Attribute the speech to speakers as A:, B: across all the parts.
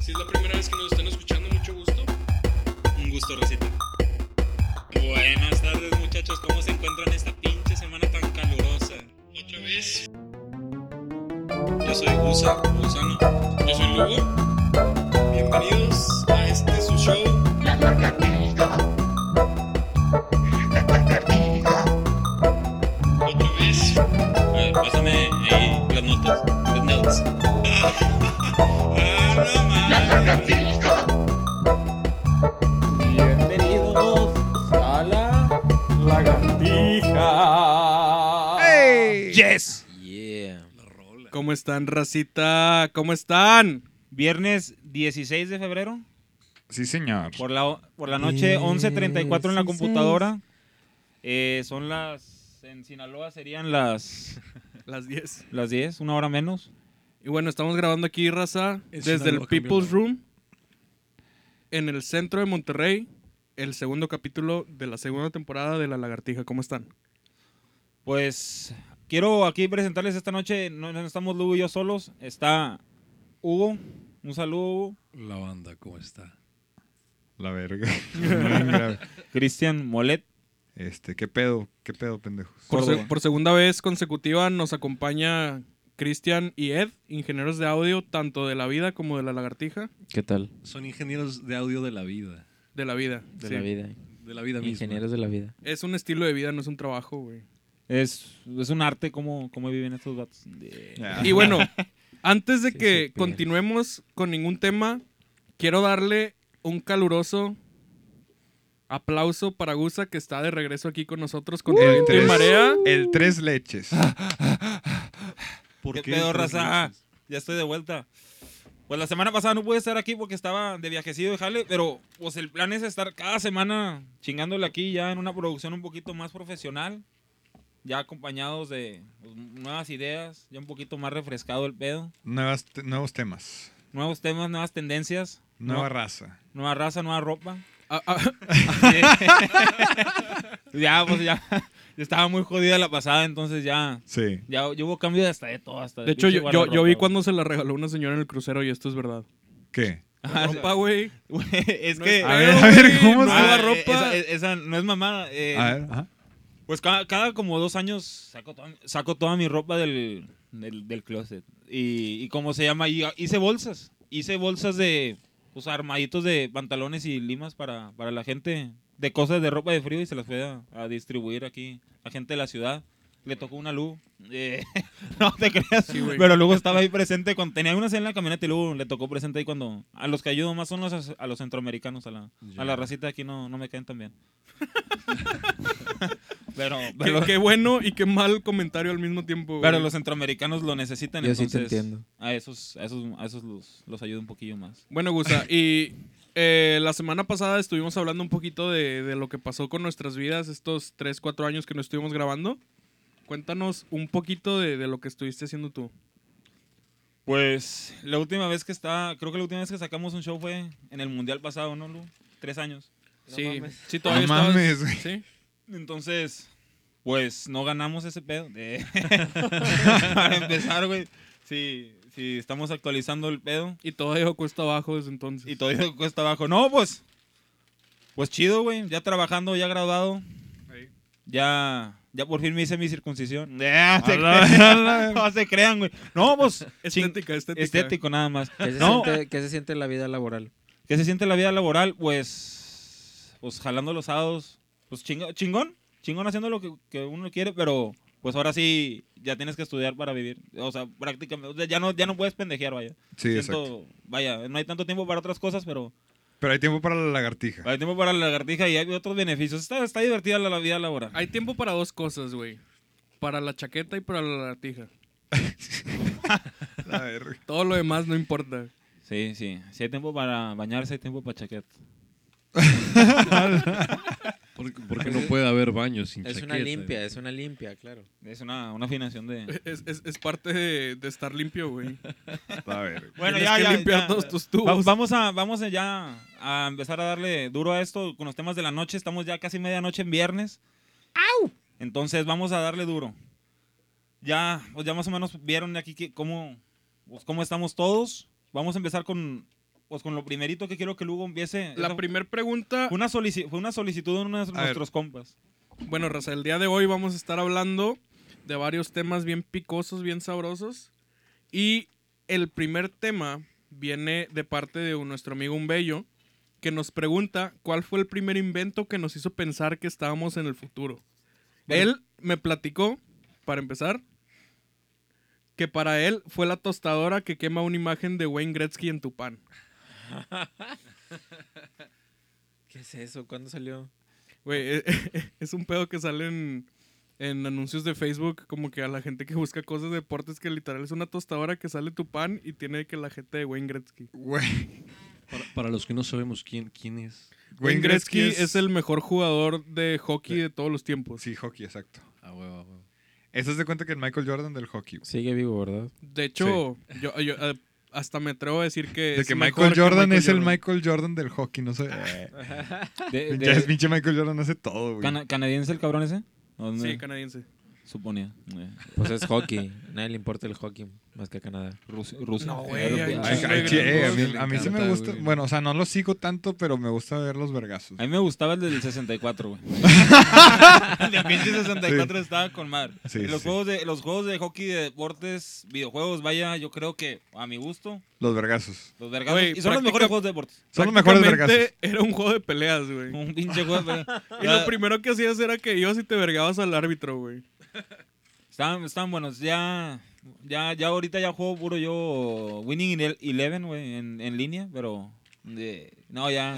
A: Si es la primera vez que nos están escuchando, mucho gusto.
B: Un gusto, Rosita. Buenas tardes, muchachos. ¿Cómo se encuentran esta pinche semana tan calurosa?
A: Otra vez.
B: Yo soy Gusa, Gusano.
A: Yo soy Lugo. Bienvenidos a este su show.
C: La marca Perico. La marca Perico.
A: Otra vez.
B: Eh, pásame ahí las notas. Las notas. ah, no
C: La marca
B: mames.
C: Perico.
D: Bienvenidos a la lagartija.
E: Yes.
B: Yeah.
E: ¿Cómo están, racita? ¿Cómo están?
F: Viernes 16 de febrero,
G: Sí, señor.
F: por la, por la noche 11.34 en la computadora. Eh, son las, en Sinaloa serían las,
E: Las 10.
F: las 10, una hora menos.
E: Y bueno, estamos grabando aquí, raza,
A: Es
E: desde el
A: Sinaloa, campeón,
E: People's
A: ¿no?
E: Room, en el centro de Monterrey, el segundo capítulo de la segunda temporada de La Lagartija. ¿Cómo están?
F: Pues quiero aquí presentarles esta noche, no, no estamos Lugo y yo solos, está Hugo, un saludo Hugo.
A: La banda, ¿cómo está?
G: La verga. Muy grave.
F: Cristian Molet,
G: este, ¿qué pedo? ¿Qué pedo, pendejos?
E: Por,
F: Córdoba.
E: se- por segunda vez consecutiva nos acompaña Cristian y Ed, ingenieros de audio, tanto de la vida como de La Lagartija.
H: ¿Qué tal?
A: Son ingenieros de audio de la vida.
E: De la vida.
H: De
E: sí.
H: la vida.
A: De la vida
H: Ingenieros de la vida.
E: Es un estilo de vida, no es un trabajo, güey.
F: es, es un arte cómo, cómo viven estos datos.
E: Y bueno, antes de
H: Sí,
E: que
H: supiera.
E: continuemos con ningún tema, quiero darle un caluroso aplauso para Gusa que está de regreso aquí con nosotros con
G: El
E: Viento y
G: tres.
E: Marea.
G: El tres leches.
A: ¿Por
F: ¿Qué pedo,
I: Ah,
F: raza? Ya estoy de vuelta. Pues la semana pasada no pude estar aquí porque estaba de viajecido de jale, pero pues el plan es estar cada semana chingándole aquí ya en una producción un poquito más profesional, ya acompañados de pues, nuevas ideas, ya un poquito más refrescado el pedo,
G: Nuevas te- nuevos temas.
F: nuevos temas, nuevas tendencias,
G: Nueva
F: nueva,
G: raza.
F: nueva raza, nueva ropa.
E: Ah, ah,
F: ya, pues ya, ya estaba muy jodida la pasada, entonces ya,
G: Sí.
F: ya, ya hubo cambio de hasta de todo, hasta
E: de hecho,
F: pinche
E: yo, yo- yo vi
F: guardarropa,
E: cuando se la regaló una señora en el crucero y esto es verdad.
G: ¿Qué?
F: güey.
E: Ropa, güey.
F: Güey, es
E: No
F: que...
E: es
G: A
E: pedo,
G: ver, a ver,
E: güey,
G: ¿cómo se-
E: Nueva
F: Ah, Esa,
E: ropa.
F: esa no es mamada. eh,
G: A ver, Ah, ajá.
F: Pues cada, cada como dos años saco toda, saco toda mi ropa del, del, del closet. Y, y cómo se llama, y hice bolsas. Hice bolsas de pues, armaditos de pantalones y limas para, para la gente. De cosas de ropa de frío y se las fue a, a distribuir aquí a gente de la ciudad. Le tocó una luz. eh, no te creas.
E: güey.
F: pero luego estaba ahí presente. Cuando, tenía una cena en la camioneta y luego le tocó presente ahí cuando. A los que ayudo más son los, a los centroamericanos. A la, a la racita de aquí no, no me caen tan bien. pero, pero,
E: Qué, qué bueno y qué mal comentario al mismo tiempo.
F: pero
E: güey.
F: los centroamericanos lo necesitan.
H: Yo sí
F: entonces,
H: te entiendo.
F: A esos, a esos, a esos los, los ayudo un poquillo más.
E: Bueno, Gusa, y eh, la semana pasada estuvimos hablando un poquito de, de lo que pasó con nuestras vidas estos 3, 4 años que no estuvimos grabando. Cuéntanos un poquito de, de lo que estuviste haciendo tú.
F: Pues la última vez que está, creo que la última vez que sacamos un show fue en el mundial pasado, ¿no, Lu? Tres años.
E: sí,
F: mames.
E: sí, todavía
G: No
E: estabas-
G: mames, güey.
E: Sí.
F: Entonces, pues no ganamos ese pedo. de- Para empezar, güey. Sí, sí, estamos actualizando el pedo.
E: Y todo dejó cuesta abajo desde entonces.
F: Y todavía cuesta abajo. No, pues. Pues chido, güey. Ya trabajando, ya graduado. Ya. Ya por fin me hice mi circuncisión. Ya, se crean. No se crean, güey. No, pues. chin-
E: estética, estética.
F: Estético nada más.
H: ¿Qué se,
F: No,
H: siente, qué se siente la vida laboral?
F: ¿Qué se siente la vida laboral? Pues, pues jalando los sábados, pues chingo- chingón, chingón haciendo lo que, que uno quiere, pero pues ahora sí ya tienes que estudiar para vivir. O sea, prácticamente, o sea, ya no, ya no puedes pendejear, vaya.
G: Sí, exacto.
F: Siento- vaya, no hay tanto tiempo para otras cosas, pero
G: Pero hay tiempo para la lagartija.
F: hay tiempo para la lagartija y hay otros beneficios. Está, está divertida la, la vida laboral.
E: Hay tiempo para dos cosas, güey. Para la chaqueta y para la lagartija.
G: La verga.
E: Todo lo demás no importa.
F: Sí, sí, sí hay tiempo para bañarse, hay tiempo para chaqueta.
I: Porque, porque no puede haber baños sin
H: Es una
I: chaqueta,
H: limpia,
I: güey.
H: es una limpia, claro.
F: Es una, una afinación de...
E: Es, es- es parte de, de estar limpio, güey.
G: La verga.
F: Bueno,
E: Tienes
F: ya,
E: que
F: ya,
E: limpiar
F: ya.
E: todos tus
F: Va-
E: tubos.
F: vamos a vamos a ya a empezar a darle duro a esto con los temas de la noche. Estamos ya casi medianoche en viernes. Entonces vamos a darle duro. Ya, pues ya más o menos vieron aquí que cómo, pues cómo estamos todos. Vamos a empezar con pues con lo primerito que quiero que Lugo empiece.
E: La
F: esa-
E: primera pregunta.
F: fue una, solici- fue una solicitud de unos
G: ver.
F: nuestros compas.
E: Bueno, Raza, el día de hoy vamos a estar hablando de varios temas bien picosos, bien sabrosos. Y el primer tema viene de parte de un- nuestro amigo Umbello, que nos pregunta cuál fue el primer invento que nos hizo pensar que estábamos en el futuro. Él me platicó, para empezar, que para él fue la tostadora que quema una imagen de Wayne Gretzky en tu pan.
H: ¿Qué es eso? ¿Cuándo salió?
E: Güey, eh, es un pedo que sale en, en anuncios de Facebook, como que a la gente que busca cosas de deportes, que literal es una tostadora que sale tu pan y tiene que la gente de Wayne Gretzky.
G: Güey.
I: Para, para los que no sabemos quién, quién es.
E: Wayne Gretzky, es... el mejor jugador de hockey de todos los tiempos.
G: Sí, hockey, exacto.
I: Ah, huevo, ah, huevo.
G: Eso es de cuenta que el Michael Jordan del hockey. güey.
H: Sigue vivo, ¿verdad?
E: De hecho, yo, yo, eh, hasta me atrevo a decir que.
G: De
E: es
G: que
E: mejor
G: Michael Jordan es el
E: Michael
G: Michael Jordan del hockey, no sé.
F: De-
G: Ya
F: de-
G: es pinche Michael Jordan, hace todo, güey.
F: cana- ¿Canadiense el cabrón ese? ¿O
E: Jordan.
F: dónde?
E: Sí, canadiense.
F: Suponía. Eh,
H: Pues es hockey. Nadie le importa el hockey más que a Canadá.
F: Rusia. Rusia.
E: No, güey,
F: Eh,
E: hay
F: Rusia.
G: Ay, ay, sí,
E: Sí, me
G: eh, a
I: encanta,
G: mí, a mí sí me
I: güey.
G: gusta. Bueno, o sea, no lo sigo tanto, pero me gusta ver los vergazos.
F: A mí me gustaba el del 64, güey. el del pinche 64 estaba con madre.
G: Sí,
F: los,
G: sí.
F: Juegos de, los juegos de hockey, de deportes, videojuegos, vaya, yo creo que a mi gusto,
G: Los vergazos.
F: los vergazos.
E: Güey,
F: y son los
E: práctica-
F: mejores juegos de deportes.
G: Son los mejores
E: Prácticamente
G: vergazos.
E: Era un juego de peleas, güey.
F: Un pinche juego. de-
E: Y lo primero que hacías era que ibas y te vergabas al árbitro, güey.
F: Estaban, estaban buenos. Ya, ya, ya ahorita ya juego puro yo Winning Ele- Eleven, güey, en, en línea, pero eh, no, ya,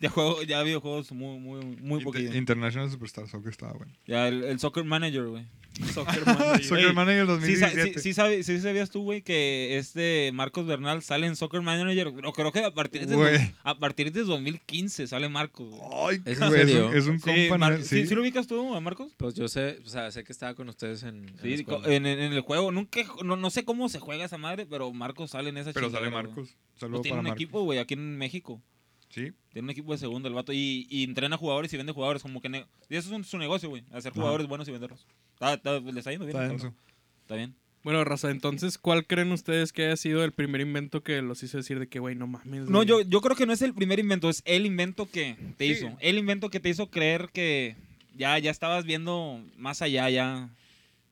F: ya juego, ya videojuegos muy, muy, muy
G: Inter-
F: poquito.
G: International Superstar Soccer estaba bueno.
F: Ya el, el Soccer Manager, güey.
E: Soccer Manager.
G: Soccer
F: Ey,
G: Manager
F: Sí, sa-
G: 2017.
F: sí, sí, sabe- sí sabías tú, güey, que este Marcos Bernal sale en Soccer Manager. Pero creo que a partir de,
G: Güey.
F: a partir de 2015 sale Marcos, güey.
G: Ay,
H: ¿Es
G: güey,
H: en
G: es,
H: serio?
G: un, es un
F: Sí,
G: compa,
F: Mar-
G: ¿no?
F: ¿sí-
G: Sí.
F: sí lo ubicas tú a Marcos?
H: Pues yo sé, o sea, sé que estaba con ustedes en. en la
F: Sí, co- eh,
H: escuela.
F: en, en- en el juego. Nunca, no, no sé cómo se juega esa madre, pero Marcos sale en esa
G: Pero sale
F: chingadera, güey.
G: Marcos.
F: Pues
G: Saludos
F: tiene
G: para
F: un
G: Marcos.
F: equipo, güey, aquí en México.
G: Sí.
F: Tiene un equipo de segundo el vato y, y entrena jugadores y vende jugadores. Como que ne- y eso es un- su negocio, güey. Hacer jugadores buenos y venderlos. Está, está- le está yendo bien.
G: Está
F: cabrón.
G: denso.
F: Está bien.
E: Bueno, Raza, entonces, ¿cuál creen ustedes que haya sido el primer invento que los hizo decir de que, güey, no mames?
F: No,
E: güey?
F: yo, yo creo que no es el primer invento, es el invento que te
E: Sí.
F: hizo. El invento que te hizo creer que ya, ya estabas viendo más allá, ya.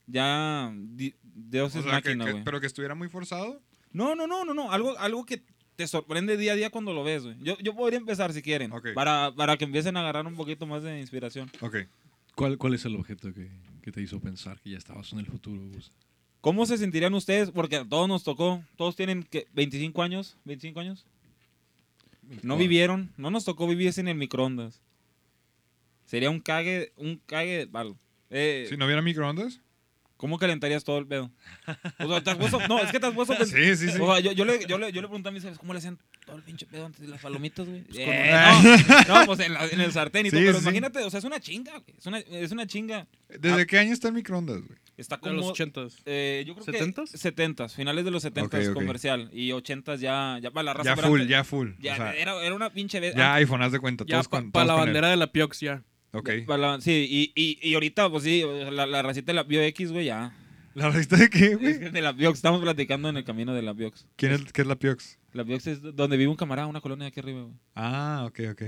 F: Ya. di-
G: O
F: Dios es
G: sea, que-
F: máquina,
G: que-
F: güey.
G: pero que estuviera muy forzado.
F: No, no, no, no, no. Algo, algo que te sorprende día a día cuando lo ves, güey. Yo, yo podría empezar si quieren.
G: Ok.
F: Para, para que empiecen a agarrar un poquito más de inspiración.
G: Ok.
I: ¿Cuál, ¿Cuál es el objeto que, que te hizo pensar que ya estabas en el futuro, Gus?
F: ¿Cómo se sentirían ustedes? Porque a todos nos tocó. Todos tienen ¿qué? 25 años. 25 años. No vivieron. No nos tocó vivir sin el microondas. Sería un cague, un cague de palo. Eh,
G: Si no hubiera microondas.
F: ¿Cómo calentarías todo el pedo? O sea, ¿te has puesto- no, es que te has puesto a pensar-
G: Sí, sí, sí.
F: O sea, yo, yo le, yo, le, yo le pregunté a mis amigos, ¿cómo le hacían todo el pinche pedo antes de las palomitas, güey? Eh, no, no, pues en, la- en el sartén y todo.
G: Pues Sí,
F: Pero
G: sí.
F: imagínate, o sea, es una chinga, güey. Es una, es una chinga.
G: ¿Desde qué año está el microondas, güey?
F: Está
E: De
F: como...
E: los ochentas.
F: Eh, yo creo
E: ¿Setentas?
F: que 70 finales de los 70
G: Ok, ok.
F: comercial y 80 ya ya para la raza
G: Ya
F: pero
G: full,
F: antes-
G: ya full.
F: ya eh, ah.
G: o sea,
F: era, era una pinche vez
G: ya iPhone, haz de cuenta.
E: Ya,
G: todos
E: para
G: con-
E: la
G: todos con él.
E: bandera de la Piox, ya.
G: Ok.
F: para la- sí y, y, y ahorita pues sí la, la racita de la BioX güey ya
G: ¿La revista de qué,
F: es
G: güey?
F: que de la BioX estamos platicando en el camino de la BioX
G: ¿Quién es, ¿Qué es la Piox?
F: la BioX es donde vive un camarada una colonia de aquí arriba güey.
G: Ah, ok, ok.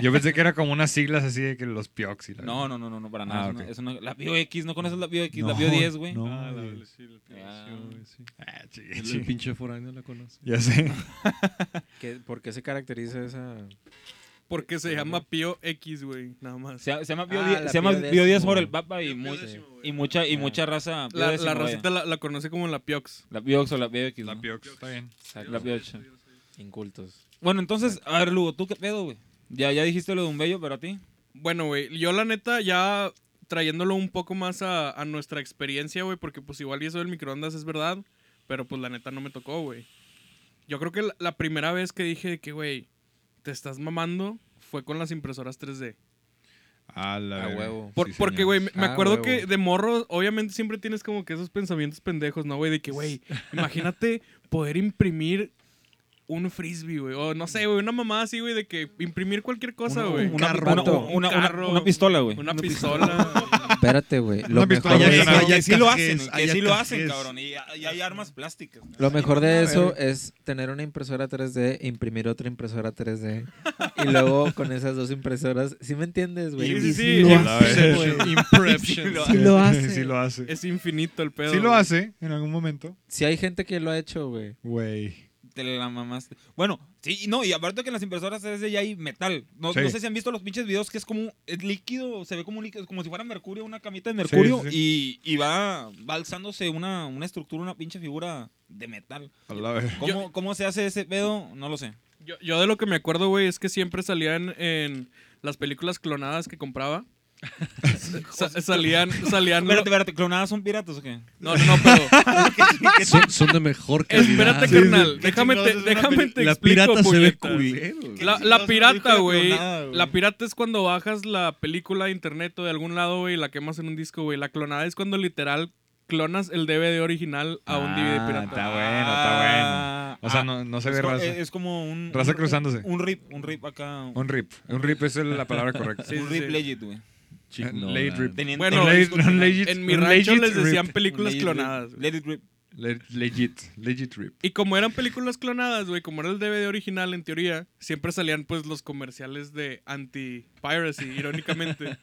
G: Yo pensé que era como unas siglas así de que los Piox y la
F: no no no no no para nada
G: Ah,
F: es una-
G: ok.
F: es una- la BioX no conoces la BioX
G: No,
F: la BioX güey
G: no,
I: Ah, la,
G: güey.
I: sí, la
F: Ah.
I: güey, sí.
G: Ah, chingue,
I: El, el
G: chingue.
I: pinche foráneo la conoce.
G: Ya sé.
H: ¿Qué- ¿Por qué se caracteriza esa.?
E: Porque se llama Pio X, güey, nada más.
F: se, se llama
H: Ah,
F: BioX
H: la
F: se llama
H: BioX,
F: BioX
H: güey.
F: por el papa y, mu- y mucha y mucha raza
E: La,
F: BioX,
E: la
F: güey.
E: racita la, la conoce como la Piox.
F: la BioX o la BioX
G: La
F: ¿no?
G: Piox, está bien.
F: la BioX
H: Incultos.
F: Bueno, entonces, a ver, Lugo, ¿tú qué pedo, güey? Ya, ya dijiste lo de un bello, pero a ti.
E: Bueno, güey, yo la neta ya trayéndolo un poco más a, a nuestra experiencia, güey, porque pues igual y eso del microondas es verdad, pero pues la neta no me tocó, güey. Yo creo que la, la primera vez que dije que, güey, te estás mamando fue con las impresoras 3D.
G: Ah, la
H: A
G: verga.
H: huevo.
E: Por-
G: Sí,
E: porque,
G: señor.
E: güey, me, me
H: Ah,
E: acuerdo
H: huevo.
E: que de morro, obviamente siempre tienes como que esos pensamientos pendejos, ¿no, güey? De que, güey, imagínate poder imprimir un frisbee, güey. O no sé, güey, una mamá así, güey, de que imprimir cualquier cosa,
F: Una-
E: güey.
F: una,
E: carro,
F: una,
E: un
F: una- una-
E: carro,
F: una pistola, güey.
E: una pistola.
H: espérate, güey. Lo, mejor
G: pistola
H: de
G: llena.
H: eso-
G: hay
F: sí lo hacen,
G: casquets,
F: que
G: hay
F: sí lo hacen,
G: casquets.
F: cabrón. Y, y hay armas plásticas.
H: lo mejor de eso es tener una impresora 3D, imprimir otra impresora 3D. Y luego con esas dos impresoras. ¿Sí me entiendes,
E: Sí,
H: güey?
E: sí,
H: Y
E: sí,
H: lo
E: el-
H: hace,
I: Impression. Impression.
H: Sí lo hace.
G: Sí lo hace.
E: Es infinito el pedo.
G: Sí lo
E: güey.
G: hace en algún momento.
H: Si hay gente que lo ha hecho, güey.
G: Güey.
F: Te la mamaste. Bueno, sí, y no, y aparte que en las impresoras 3D ya hay metal. No,
G: Sí.
F: no sé si han visto los pinches videos que es como, es líquido, se ve como un líquido, como si fuera mercurio, una camita de mercurio,
G: Sí,
F: Y, y va, va alzándose una, una estructura, una pinche figura de metal.
G: A la vez.
F: ¿Cómo, ¿Cómo se hace ese pedo? No lo sé.
E: Yo, yo de lo que me acuerdo, güey, es que siempre salían en las películas clonadas que compraba. Sa- salían, salían.
F: Espérate, espérate, ¿clonadas son piratas o qué?
E: No, no, no, pero.
I: Son, son de mejor calidad.
E: Espérate,
I: Sí,
E: carnal.
I: sí.
E: Déjame
G: chingados
E: te,
G: es una
E: déjame
G: peli-
E: te
I: La
E: explico,
I: pirata se ve
E: puñetas.
I: culero.
E: La,
F: ¿Qué
E: la
F: chingados
E: pirata,
F: película
E: güey.
F: clonada, güey?
E: La pirata es cuando bajas la película de internet o de algún lado, güey, y la quemas en un disco, güey. La clonada es cuando literal clonas el DVD original a un
H: Ah,
E: DVD pirata.
G: Está bueno, está bueno. O sea,
F: Ah,
G: no, no se
F: es,
G: ve
F: co-
G: raza.
F: es- es como un...
G: Raza
F: un-
G: cruzándose.
F: Un rip, un rip acá. Un,
G: Un rip. Un rip es la palabra correcta.
E: Sí, sí,
F: rip
E: sí.
F: legit, güey.
I: Chick, no,
G: Late
I: la-
G: rip.
F: Teniente-
E: Bueno,
F: un
G: Late-
F: legit-
G: un legit-
E: En mi
G: un
E: rancho
G: legit
E: les
G: rip.
E: decían películas
F: legit rip.
E: clonadas. güey.
F: Legit rip.
G: Le- Legit. Legit rip.
E: Y como eran películas clonadas, güey, como era el DVD original en teoría, siempre salían pues los comerciales de anti-piracy, irónicamente.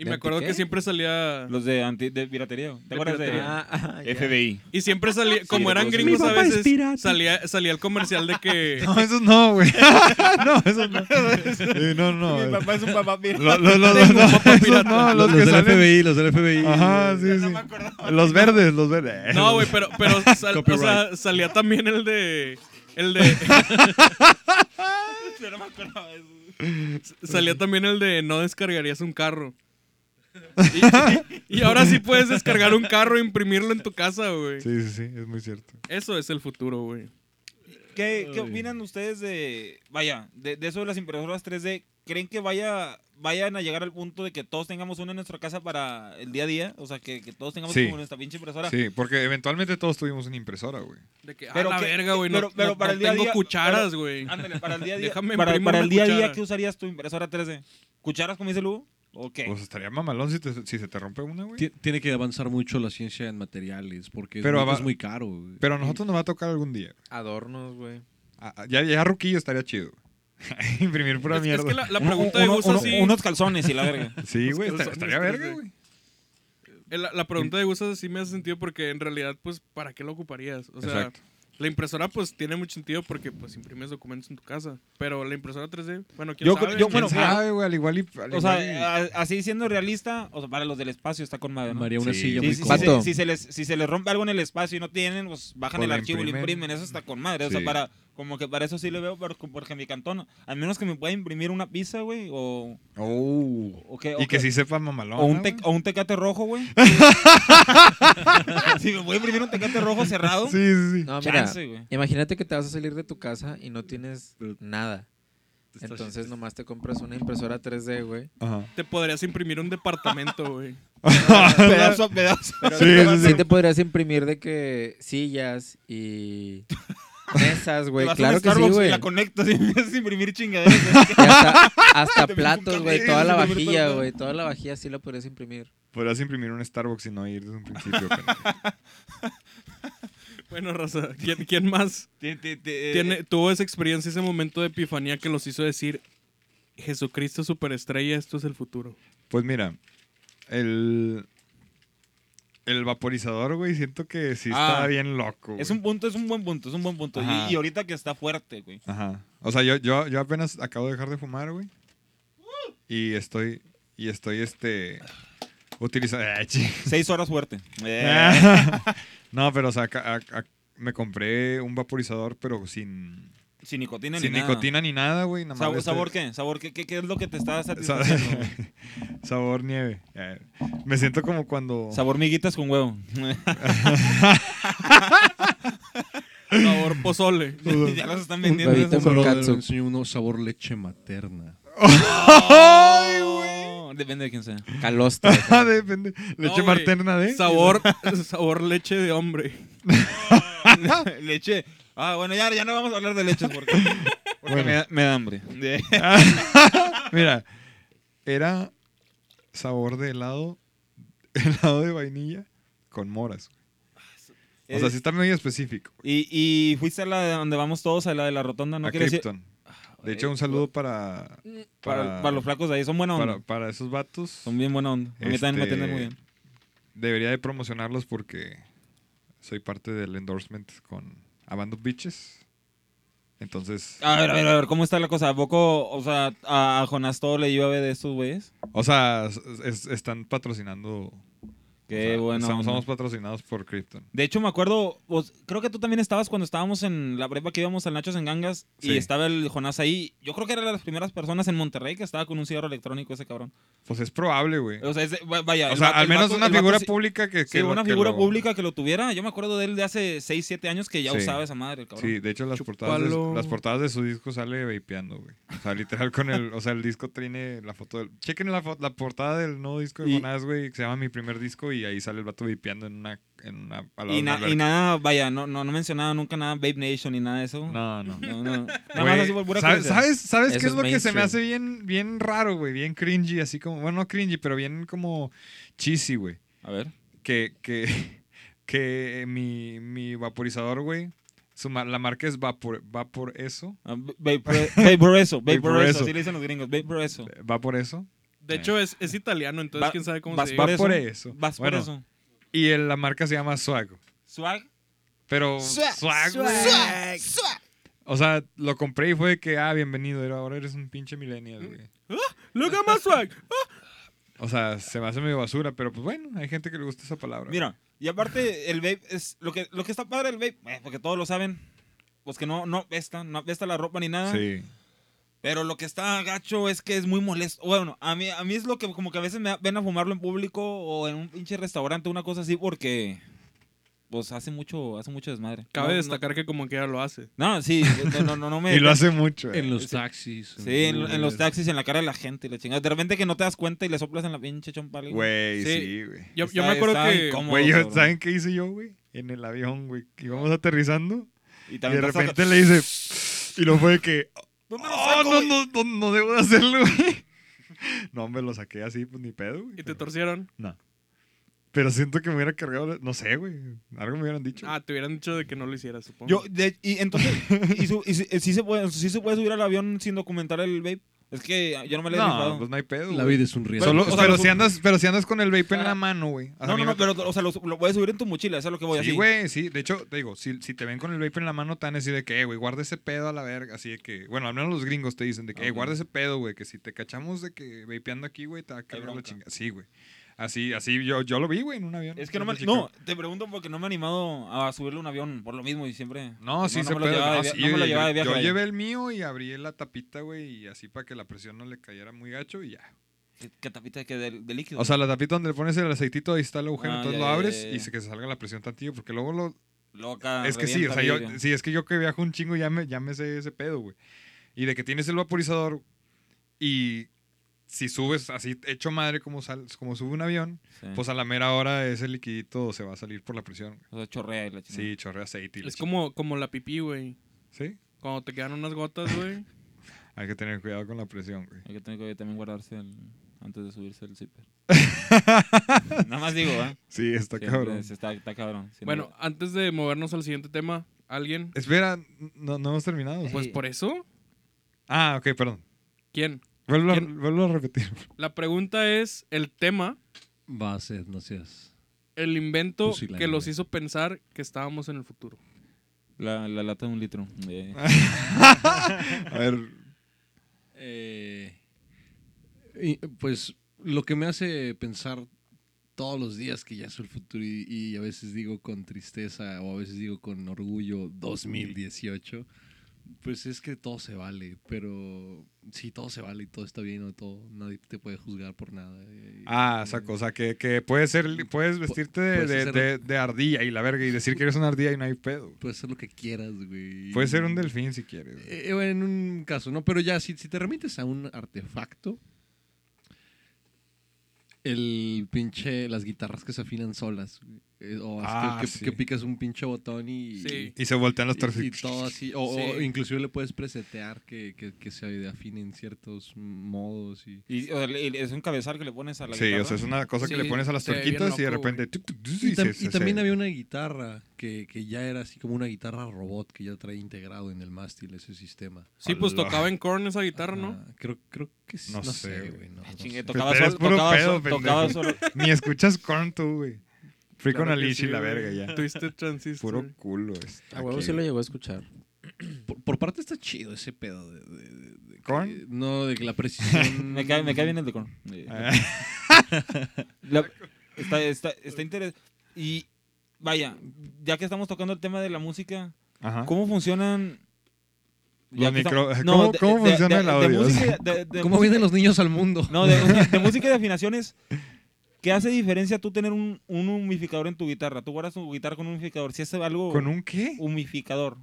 E: Y
H: ¿De
E: me acuerdo
H: anti
E: que
H: qué?
E: siempre salía...
F: Los de, anti, de piratería. güey. ¿Te
E: De
F: acuerdas de
E: piratería.
F: ah,
H: Ah, ah, ya.
F: FBI?
E: Y siempre salía, como
F: de
E: eran
F: todos
E: gringos a
H: lados. Mi papá es
E: veces,
H: pirata.
E: salía, salía el comercial de que...
G: No, eso no, güey. no, eso no. Eh, no, no. eh.
F: es un papá pirata.
G: Lo- lo- lo- lo- no, esos no, los
I: Los,
G: que
I: del
G: salen.
I: FBI, los del FBI.
G: Ajá, sí, sí. Los verdes, los verdes.
E: No, güey, pero, pero sal- o sea,
G: Copyright.
E: salía también el de... El de...
F: No me acordaba de eso.
E: Salía también el de no descargarías un carro. Y, y ahora sí puedes descargar un carro e imprimirlo en tu casa, güey.
G: Sí, sí, sí, es muy cierto.
E: Eso es el futuro, güey.
F: ¿Qué, ¿Qué opinan ustedes de, vaya, de, de eso de las impresoras 3D? ¿Creen que vaya, vayan a llegar al punto de que todos tengamos una en nuestra casa para el día a día? O sea, que, que todos tengamos
G: Sí.
F: como nuestra pinche impresora.
G: Sí, porque eventualmente todos tuvimos una impresora, güey.
E: De que,
F: Pero
E: pero la
F: que-
E: verga, güey. No,
F: pero- pero
E: no-
F: para
E: no
F: el día a
E: tengo
F: día-
E: cucharas,
F: pero-
E: güey.
F: Ándale, para el día a día.
E: Déjame
F: para,
E: imprimo
F: para
E: una
F: el día a día,
E: cuchara.
F: ¿qué usarías tu impresora 3D? ¿Cucharas como dice Lugo? ¿O qué?
G: Pues estaría mamalón si, te- si se te rompe una, güey.
I: Ti- Tiene que avanzar mucho la ciencia en materiales porque es
G: Pero
I: muy-
G: ava-
I: es muy caro. güey.
G: Pero a nosotros nos va a tocar algún día.
H: Adornos, güey.
G: Ah, ah, Ya, ya Ruquillo estaría chido. Imprimir pura
E: Es, es
G: mierda.
E: que la, la
F: Uno-
E: pregunta
F: uno-
E: de Gus
F: uno-
E: así.
F: Unos calzones y la verga.
G: Sí, güey, esta-
E: calzones
G: estaría
E: tres
G: verga,
E: D.
G: güey.
E: eh, la, la pregunta de Gus así me hace sentido porque en realidad, pues, ¿para qué lo ocuparías? O sea,
G: Exacto.
E: la impresora, pues, tiene mucho sentido porque, pues, imprimes documentos en tu casa. Pero la impresora 3D, bueno, quién
F: Yo
E: sabe.
F: creo- yo-
E: ¿Quién
F: bueno,
E: sabe?
F: mira,
G: Sabe, güey, al igual y... al igual
F: O
G: y-
F: sea, ah, a- así siendo realista, o sea, para los del espacio está con madre. ¿no?
I: María una
G: Sí,
I: silla
G: sí,
I: muy
F: Sí, sí,
I: cómoda.
F: sí,
H: Vato.
F: se- si, se les, si se les rompe algo en el espacio y no tienen, pues bajan
G: Pues
F: el
G: la
F: archivo y lo
G: imprimen.
F: imprimen. Eso está con madre. O sea,
G: Sí.
F: para, como que para eso sí le veo, pero co- porque mi cantón, al menos que me pueda imprimir una pizza, güey, o,
G: Oh.
F: o que- o
G: Y que
F: que-
G: sí sepa mamalón.
F: o un, tec- o un tecate rojo, güey. si me puede imprimir un tecate rojo cerrado,
G: Sí, sí, sí.
H: No, mira.
F: chance, güey.
H: Imagínate que te vas a salir de tu casa y no tienes nada.
I: estás-
H: Entonces nomás te compras una impresora 3D, güey.
G: Ajá.
E: Te podrías imprimir un departamento, güey.
F: pedazo a pedazo.
G: Sí, sí,
H: Sí te podrías imprimir de que sillas y mesas, güey.
F: Te vas a un
H: Claro que sí,
F: Starbucks y
H: güey.
F: La conectas y empiezas a imprimir chingaderas. güey.
H: Y hasta hasta
F: Te
H: platos,
F: brinco un cable.
H: güey. Toda
F: Sí, sí,
H: la
F: sí,
H: vajilla,
F: sí.
H: güey. Toda la vajilla sí la podrías imprimir.
G: Podrías imprimir un Starbucks y no ir desde un principio. pendejo.
E: Bueno, Raza, ¿quién, quién más
F: Te- te- te-
E: tiene, tuvo esa experiencia, ese momento de epifanía que los hizo decir, Jesucristo superestrella, esto es el futuro?
G: pues mira, el... El vaporizador, güey, siento que sí está
F: Ah.
G: bien loco.
F: Es
G: güey.
F: un punto, es un buen punto, es un buen punto.
G: Ajá.
F: Y, y ahorita que está fuerte, güey.
G: Ajá. O sea, yo, yo, yo apenas acabo de dejar de fumar, güey. Y estoy. Y estoy este. ah, Utilizando.
F: Seis horas fuerte.
G: Ah.
F: Eh.
G: no, pero o sea, ca- a- a- me compré un vaporizador, pero sin.
F: Sin nicotina
G: sin
F: ni nada.
G: nicotina ni nada, güey. nada más
F: Sab-
G: este-
F: ¿Sabor qué? ¿Sabor qué? ¿Qué, qué es lo que te está
G: sa-
F: satisfaciendo? güey?
G: sabor nieve. Eh, Me siento como cuando.
F: Sabor miguitas con huevo.
E: Sabor pozole.
F: ya los están vendiendo.
H: Huevito
I: Un
F: esos.
H: con
I: brother
H: catsup.
I: me enseñó uno sabor leche materna.
F: Oh, Depende de quién sea.
H: Calostra.
G: Ah, depende.
E: No,
G: Leche
E: güey.
G: materna de.
E: Sabor, sabor leche de hombre.
F: Leche. Ah, bueno, ya, ya no vamos a hablar de leches porque, porque
G: Bueno.
F: me, da, me da hambre.
G: Mira, era sabor de helado helado de vainilla con moras. güey. O
F: Eh,
G: sea, sí está muy específico.
F: Y, y fuiste a la de donde vamos todos, a la de la rotonda, ¿no?
G: a
F: quieres ir?
G: Krypton. De hecho, un saludo para
F: eh, Para, para los flacos de ahí, son buena onda.
G: para, para esos vatos.
F: Son bien buena onda. A mí también me
G: Este,
F: atienden muy bien.
G: Debería de promocionarlos porque soy parte del endorsement con Abando Bitches. Entonces,
F: A ver, a ver, a ver, ¿cómo está la cosa? ¿A poco, o sea, a, a Jonás todo le llueve de estos güeyes?
G: o sea, es- es- están patrocinando. o
F: Qué
G: sea,
F: bueno.
G: Somos, somos patrocinados por Krypton.
F: De hecho, me acuerdo, vos- creo que tú también estabas cuando estábamos en la prepa que íbamos al Nachos en Gangas y
G: Sí.
F: estaba el Jonás ahí. Yo creo que era de las primeras personas en Monterrey que estaba con un cigarro electrónico ese cabrón.
G: Pues es probable, güey.
F: O sea, es de- va- vaya.
G: O
F: el
G: sea,
F: vato-
G: al
F: el
G: menos
F: vato-
G: una
F: el vato
G: figura
F: sí-
G: pública que...
F: Sí,
G: que lo-
F: una
G: que
F: figura
G: lo-
F: pública que lo tuviera. Yo me acuerdo de él de hace 6, 7 años que ya
G: Sí.
F: usaba esa madre, el cabrón.
G: Sí, de hecho las portadas, de,
E: Chúpalo.
G: las portadas de su disco sale vapeando, güey. O sea, literal con el... O sea, el disco tiene la foto del... Chequen la, fo- la portada del nuevo disco de
F: Y-
G: Jonás, güey, que se llama Mi Primer Disco y ahí sale el vato vapeando en una... En una al lado de
F: Y,
G: una
F: na- y
G: alberca.
F: nada, vaya, no, no, no mencionaba nunca nada Babe Nation ni nada de eso.
G: No, no.
F: No, no. Nada
G: Güey,
F: más así por pura
G: ¿Sabes,
F: curiosidad.
G: sabes, sabes
H: Eso
G: qué es
H: es
G: lo que se me
H: mainstream.
G: hace bien, bien raro, güey? Bien cringy, así como... Bueno, no cringy, pero bien como cheesy, güey.
F: A ver.
G: Que, que, que mi, mi vaporizador, güey, su ma- la marca es Vapor, Vapor Eso.
F: Ah, Babe Babe Rueso, Babe
G: Babe
F: Rueso,
G: Rueso.
F: así le dicen los gringos, Babe Rueso.
G: ¿Va por eso?
E: De hecho, es, es italiano, entonces
F: Va-
E: quién sabe cómo
F: vas
E: se
G: Va
E: diga.
F: por eso.
G: por eso.
F: Vas
G: Bueno,
F: por eso.
G: Y el- la marca se llama Swag.
F: Swag.
G: Pero Swag, güey. O sea, lo compré y fue que, ah, bienvenido, pero ahora eres un pinche millennial, güey.
E: Look at my swag.
G: Ah. O sea, se me hace medio basura, pero pues bueno, hay gente que le gusta esa palabra.
F: Mira, y aparte el vape es lo que lo que está padre el vape, eh, porque todos lo saben. Pues que no no apesta, no apesta la ropa ni nada.
G: Sí.
F: Pero lo que está gacho es que es muy molesto. Bueno, a mí a mí es lo que como que a veces me da- ven a fumarlo en público o en un pinche restaurante, una cosa así porque pues hace mucho hace mucho desmadre.
E: Cabe
F: No, no-
E: destacar que como quiera lo hace.
F: No, sí, no, no, no, no me
G: ah, Y lo hace mucho. eh.
I: En los taxis.
F: Sí, en, en los
I: Uber.
F: taxis, en la cara de la gente, y la chingada. De repente que no te das cuenta y le soplas en la pinche chompa. güey.
G: Güey,
E: Sí.
G: sí, güey.
E: Yo, yo
F: Está-
E: me acuerdo
F: está
E: que...
F: incómodo,
G: Güey, yo-
F: cabrón.
G: ¿saben qué hice yo, güey? En el avión, güey. que Íbamos aterrizando
F: Y
G: y de
F: te sacas-
G: repente le hice... Y lo fue de que...
F: No
E: Pues
F: me lo
G: Oh,
F: saco,
G: no,
F: güey".
G: no, no, no debo de hacerlo, güey. No, me lo saqué así, pues ni pedo, güey.
E: Y te
G: pero-
E: torcieron.
G: No. Pero siento que me hubiera cargado... No sé, güey. Algo me hubieran dicho.
E: Ah, te hubieran dicho de que no lo hicieras, supongo.
F: Yo, de- y entonces, y, su- y su- eh, sí, se puede, sí se puede subir al avión sin documentar el vape. Es que yo no me lo he
G: no,
F: rifado.
G: pues no hay pedo,
I: La
G: güey.
I: vida es un riesgo.
G: Solo-
F: o sea,
G: pero,
F: los-
G: si andas, pero si andas con el vape en la mano, güey. A
F: Ah. no,
G: mí
F: no, no,
G: me-
F: pero, o sea, lo, lo puedes subir en tu mochila, eso es lo que voy a
G: Sí,
F: decir.
G: güey, sí. De hecho, te digo, si, si te ven con el vape en la mano, te van a decir de que, "Eh, güey, guarda ese pedo a la verga. Así de que, bueno, al menos los gringos te dicen de que, "Eh,
F: Ok.
G: guarda ese pedo, güey, que si te cachamos de que vapeando aquí, güey, te va a caer la
F: bronca.
G: chingada. Sí, güey. Así, así yo, yo lo vi, güey, en un avión.
F: Es que no me,
G: Desde
F: no,
G: Chicago.
F: te pregunto porque no me he animado a subirle a un avión por lo mismo y siempre.
G: No, sí se
F: me lo
G: puede.
F: llevaba
G: No,
F: de via-
G: sí,
F: no me lo
G: güey,
F: llevaba
G: yo,
F: de viaje.
G: yo
F: vaya.
G: llevé el mío y abrí la tapita, güey, y así para que la presión no le cayera muy gacho y ya.
F: ¿Qué, qué tapita que de, de líquido?
G: O sea, la tapita donde le pones el aceitito, ahí está el agujero,
F: Ah,
G: entonces
F: ya,
G: lo
F: ya,
G: abres
F: ya, ya.
G: y se que se salga la presión tantillo, porque luego lo,
F: Loca,
G: Es que sí, o sea, yo,
F: Ah, revienta vidrio.
G: sí, es que yo que viajo un chingo ya me, ya me sé ese pedo, güey. Y de que tienes el vaporizador y si subes así hecho madre como, sal- como sube un avión,
F: Sí.
G: pues a la mera hora ese liquidito se va a salir por la presión. güey.
F: O sea, chorrea y la chingada.
G: Sí, chorrea aceite. y la
E: Es
G: chingada.
E: como, como la pipí, güey.
G: Sí,
E: Cuando te quedan unas gotas, güey.
G: hay que tener cuidado con la presión, güey.
F: Hay que tener que también guardarse el- antes de subirse el zipper. Nada más digo, ¿eh?
G: Sí, está
F: Siempre
G: cabrón.
F: se Está, está cabrón. Si no-
E: bueno, antes de movernos al siguiente tema, ¿alguien?
G: Espera, no, no hemos terminado.
F: Eh,
E: Pues por eso.
G: Ah, ok, perdón.
E: ¿Quién?
G: Vuelvo a,
E: ¿Quién?
G: vuelvo a repetir.
E: La pregunta es el tema,
I: Va a ser, eh, no seas.
E: el invento
I: Pusilánime.
E: que los hizo pensar que estábamos en el futuro.
F: la, la lata de un litro. Eh, de-
G: A ver,
I: Eh, y, pues lo que me hace pensar todos los días que ya es el futuro y, y a veces digo con tristeza o a veces digo con orgullo 2018, pues es que todo se vale, pero sí, todo se vale y todo está bien o todo, nadie te puede juzgar por nada. eh,
G: Ah,
I: eh,
G: saco, o sea, que, que puedes, ser, li- puedes vestirte de,
I: puedes
G: de-
I: hacer-
G: de- de ardilla y la verga y decir que eres una ardilla y no hay pedo.
I: Puedes hacer lo que quieras, güey.
G: Puedes ser un delfín si quieres. güey.
I: Eh, eh, en un caso, ¿no? Pero ya, si, si te remites a un artefacto, el pinche, las guitarras que se afilan solas, güey. eh, o
G: Ah,
I: que, que-
G: sí.
I: que picas un pinche botón y,
E: Sí.
G: Y se voltean los
I: y, y
G: torcidos.
I: todo así. O, o
E: Sí.
I: inclusive le puedes presetear que, que, que se afinen ciertos modos. y
F: Y, o sea, le- es un cabezal que le pones a la
G: Sí,
F: guitarra.
G: o sea, es una cosa que
E: Sí,
G: le pones a las
E: se ve bien
G: torquitas y de
E: loco, güey.
G: repente... tuc, tuc, tuc,
I: Y,
G: se-
I: tam- y
G: se-
I: también
G: se-
I: había una guitarra que, que ya era así como una guitarra robot que ya trae integrado en el mástil ese sistema.
E: Sí, pues
G: Hola.
E: tocaba en Korn esa guitarra, ¿no? Ah,
I: Ajá, Creo, creo que sí.
G: No
I: No,
G: sé,
I: sé,
G: güey.
I: güey. no- no
F: Ah, Chingue,
I: sé.
F: tocaba
G: Pero
F: solo,
G: eres puro
F: tocaba
G: pedo,
F: solo- tocaba
G: pendejo.
F: solo.
G: Ni escuchas Korn tú, güey. Free con
E: Claro que
G: Alicia y
E: sí,
G: la
E: güey.
G: verga ya.
E: Twisted Transistor.
G: Puro culo. este. es
H: A huevo
G: aquí,
H: sí lo
G: güey.
H: llegó a escuchar.
I: Por, por parte está chido ese pedo. De, de- de- de que-
G: ¿Korn?
I: no, de que la precisión.
F: Me cae, me cae bien el de Korn.
G: Ah,
F: La- está está, está interesante. Y vaya, ya que estamos tocando el tema de la música,
G: Ajá.
F: ¿cómo funcionan?
G: Ah. Los
F: ya que
G: micro-
F: estamos-
G: ¿Cómo- cómo
F: de-
G: funciona
F: de-
G: el
F: de
G: audio?
F: música- de- de
I: ¿Cómo
F: música-
I: vienen los niños al mundo?
F: No, de, de música y de afinaciones. ¿Qué hace diferencia tú tener un, un humificador en tu guitarra? Tú guardas tu guitarra con un humificador. Si es algo
G: ¿Con un qué?
F: humificador.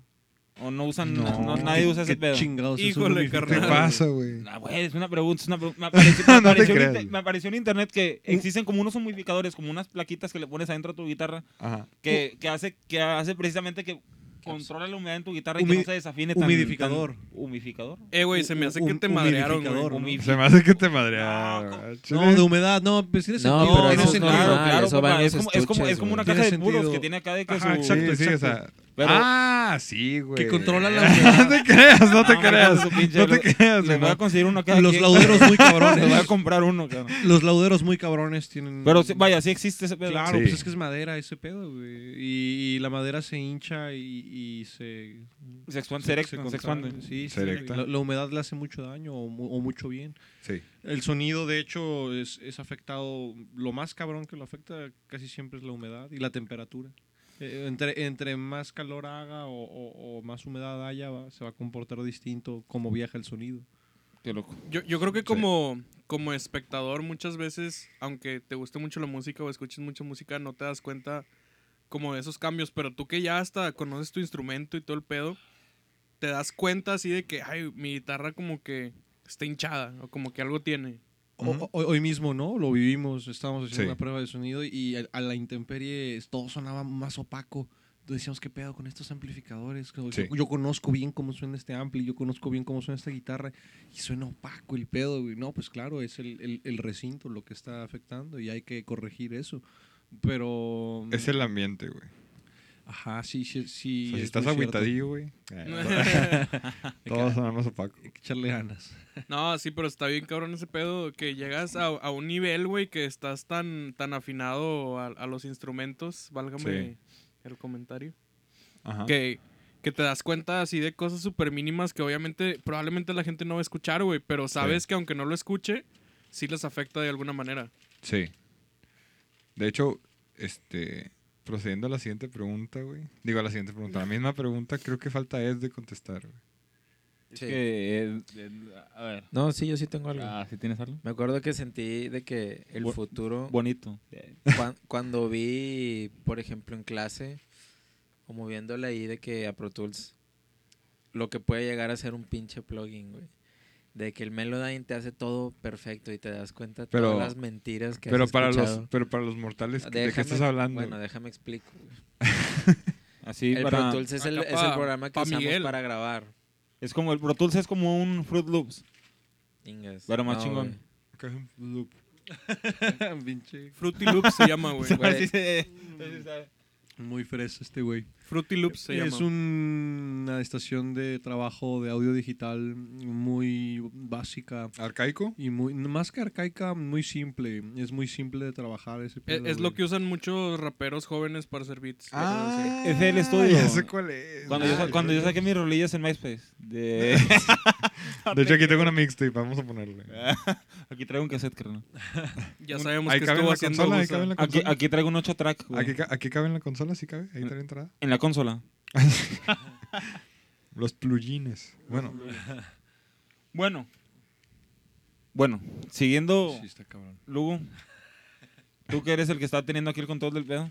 F: O no usan,
G: No.
F: no, nadie usa ese
I: ¿Qué
F: pedo.
I: chingados es un
E: Híjole,
I: unificador?
G: ¿Qué
E: carnal.
G: pasa, güey?
F: Ah, güey, es una pregunta, es una pregunta. Me apareció, me
G: No te
F: apareció en
G: creas,
F: inter-
G: güey.
F: me apareció en internet que existen como unos humidificadores, como unas plaquitas que le pones adentro a tu guitarra,
G: Ajá.
F: que, que hace, que hace precisamente que controla la humedad en tu guitarra y
I: Humi-
F: que no se desafine tan...
I: humidificador.
F: tan- humidificador.
E: Eh, güey, se me hace que
I: Un-
E: te
I: un
E: madrearon,
I: humidificador,
E: güey.
I: ¿no?
F: Humidificador.
G: Se me hace que te madrearon. güey.
I: No,
G: Chile.
I: de humedad. No, pues tiene
H: No,
I: sentido.
H: pero
I: tiene
H: eso es
I: sentido.
H: normal. eso va
F: compa,
H: en
F: es,
H: los
F: como, es, como,
H: estuches,
F: es como una
I: güey.
F: caja de
I: Tiene
F: puros
I: sentido.
F: que tiene acá de que
G: Ajá,
F: su...
G: exacto, sí, o sea.
F: Pero-
G: ah, sí, güey.
I: Que controla la
G: No
I: humedad.
G: te creas, no te
F: Ah,
G: creas.
F: su pinche-
G: No te
F: le-
G: creas,
F: Le voy a
G: no.
F: conseguir uno acá.
I: Los
F: aquí.
I: lauderos muy cabrones.
F: Le voy a comprar uno, cabrón.
I: Los lauderos muy cabrones tienen.
F: Pero sí, vaya, sí existe ese pedo.
I: Claro,
G: Sí.
I: pues es que es madera ese pedo, güey. Y, y la madera se hincha y, y se.
F: Se expande, se erecta, se
I: contrae.
F: expande.
I: Sí, sí,
G: Se erecta.
I: La, la humedad le hace mucho daño o, mu- o mucho bien.
G: Sí.
I: El sonido, de hecho, es, es afectado. Lo más cabrón que lo afecta casi siempre es la humedad y la temperatura. Eh, entre, entre más calor haga o, o- o más humedad haya, va- se va a comportar distinto cómo viaja el sonido.
F: Qué loco.
E: Yo, yo creo que como, como espectador muchas veces, aunque te guste mucho la música o escuches mucha música, no te das cuenta como de esos cambios, pero tú que ya hasta conoces tu instrumento y todo el pedo, te das cuenta así de que, ay, mi guitarra como que está hinchada o como que algo tiene.
I: O-
G: Ujú.
I: o- hoy, hoy mismo, ¿no? Lo vivimos, estábamos haciendo
G: Sí.
I: una prueba de sonido y a, a la intemperie es- todo sonaba más opaco. Entonces Decíamos, ¿qué pedo con estos amplificadores? Que
G: Sí.
I: Yo, yo conozco bien cómo suena este ampli, yo conozco bien cómo suena esta guitarra y suena opaco el pedo, güey. No, pues claro, es el, el- el recinto lo que está afectando y hay que corregir eso. Pero... mm,
G: Es el ambiente, güey.
I: Ajá, sí, sí,
G: O
I: sí.
G: sea, si
I: es
G: estás
I: muy cierto.
G: agüitadillo, güey. eh, Todos son más opacos.
I: Hay que echarle ganas.
E: No, sí, pero está bien cabrón ese pedo que llegas a, a un nivel, güey, que estás tan, tan afinado a, a los instrumentos, válgame el comentario.
G: Ajá.
E: que, que te das cuenta así de cosas súper mínimas que obviamente probablemente la gente no va a escuchar, güey, pero sabes que aunque no lo escuche, sí les afecta de alguna manera.
G: Sí. De hecho, este, procediendo a la siguiente pregunta, güey. Digo, a la siguiente pregunta. La misma pregunta creo que falta es de contestar, güey.
F: Es
H: Sí.
F: que, eh, eh, a ver.
H: No, sí, yo sí tengo algo.
F: Ah, ¿sí tienes algo?
H: Me acuerdo que sentí de que el
F: Bu-
H: futuro,
F: Bonito.
H: cuan- cuando vi, por ejemplo, en clase, o moviéndole ahí de que a Pro Tools, lo que puede llegar a ser un pinche plugin, güey. De que el Melodyne te hace todo perfecto y te das cuenta de
G: Pero-
H: todas las mentiras que has
G: Pero para, los,
H: escuchado. Ah,
G: pero para los mortales, ¿de qué
H: Déjame-
G: estás hablando?
H: Bueno, déjame explico. güey.
F: Así
H: el
F: para-
H: Pro Tools es el,
E: Acá
H: es el
E: pa-
H: programa que
E: pa
H: usamos
E: Miguel.
H: para grabar.
F: Es como el Pro Tools es como un Fruit Loops.
H: Ingas.
F: Pero más
H: No,
F: chingón.
H: güey.
G: ¿Qué es un loop?
I: Pinche.
E: Fruity Loops se llama, güey.
H: Güey.
F: Así se- así se-
I: Muy fresco este güey.
E: Fruity Loops se
I: es
E: llama.
I: un- una estación de trabajo de audio digital muy básica
G: ¿Arcaico?
I: y muy más que arcaica, muy simple. Es muy simple de trabajar ese
E: Es,
I: pedo,
E: es lo
I: güey.
E: que usan muchos raperos jóvenes para hacer beats.
G: Ah.
H: Ah.
F: Es el estudio.
G: Ya sé cuál es.
F: Cuando, yo, sa- cuando yo saqué mis rolillas en MySpace. de-
G: De hecho, aquí tengo una mixtape, vamos a ponerle.
F: aquí traigo un cassette, carnal.
E: Ya sabemos
G: Ahí
E: que
G: cabe en
E: estuvo
G: la
E: haciendo
G: consola, ahí
E: uso.
G: cabe en la
F: Aquí,
G: consola.
F: aquí traigo un 8 track. güey.
G: Aquí, ca- aquí cabe en la consola, sí cabe. Ahí trae la entrada.
F: En la consola.
G: Los plugins. Bueno,
F: Bueno. Bueno, siguiendo
I: Sí, está cabrón.
F: Lugo. Tú que eres el que está teniendo aquí el control del pedo.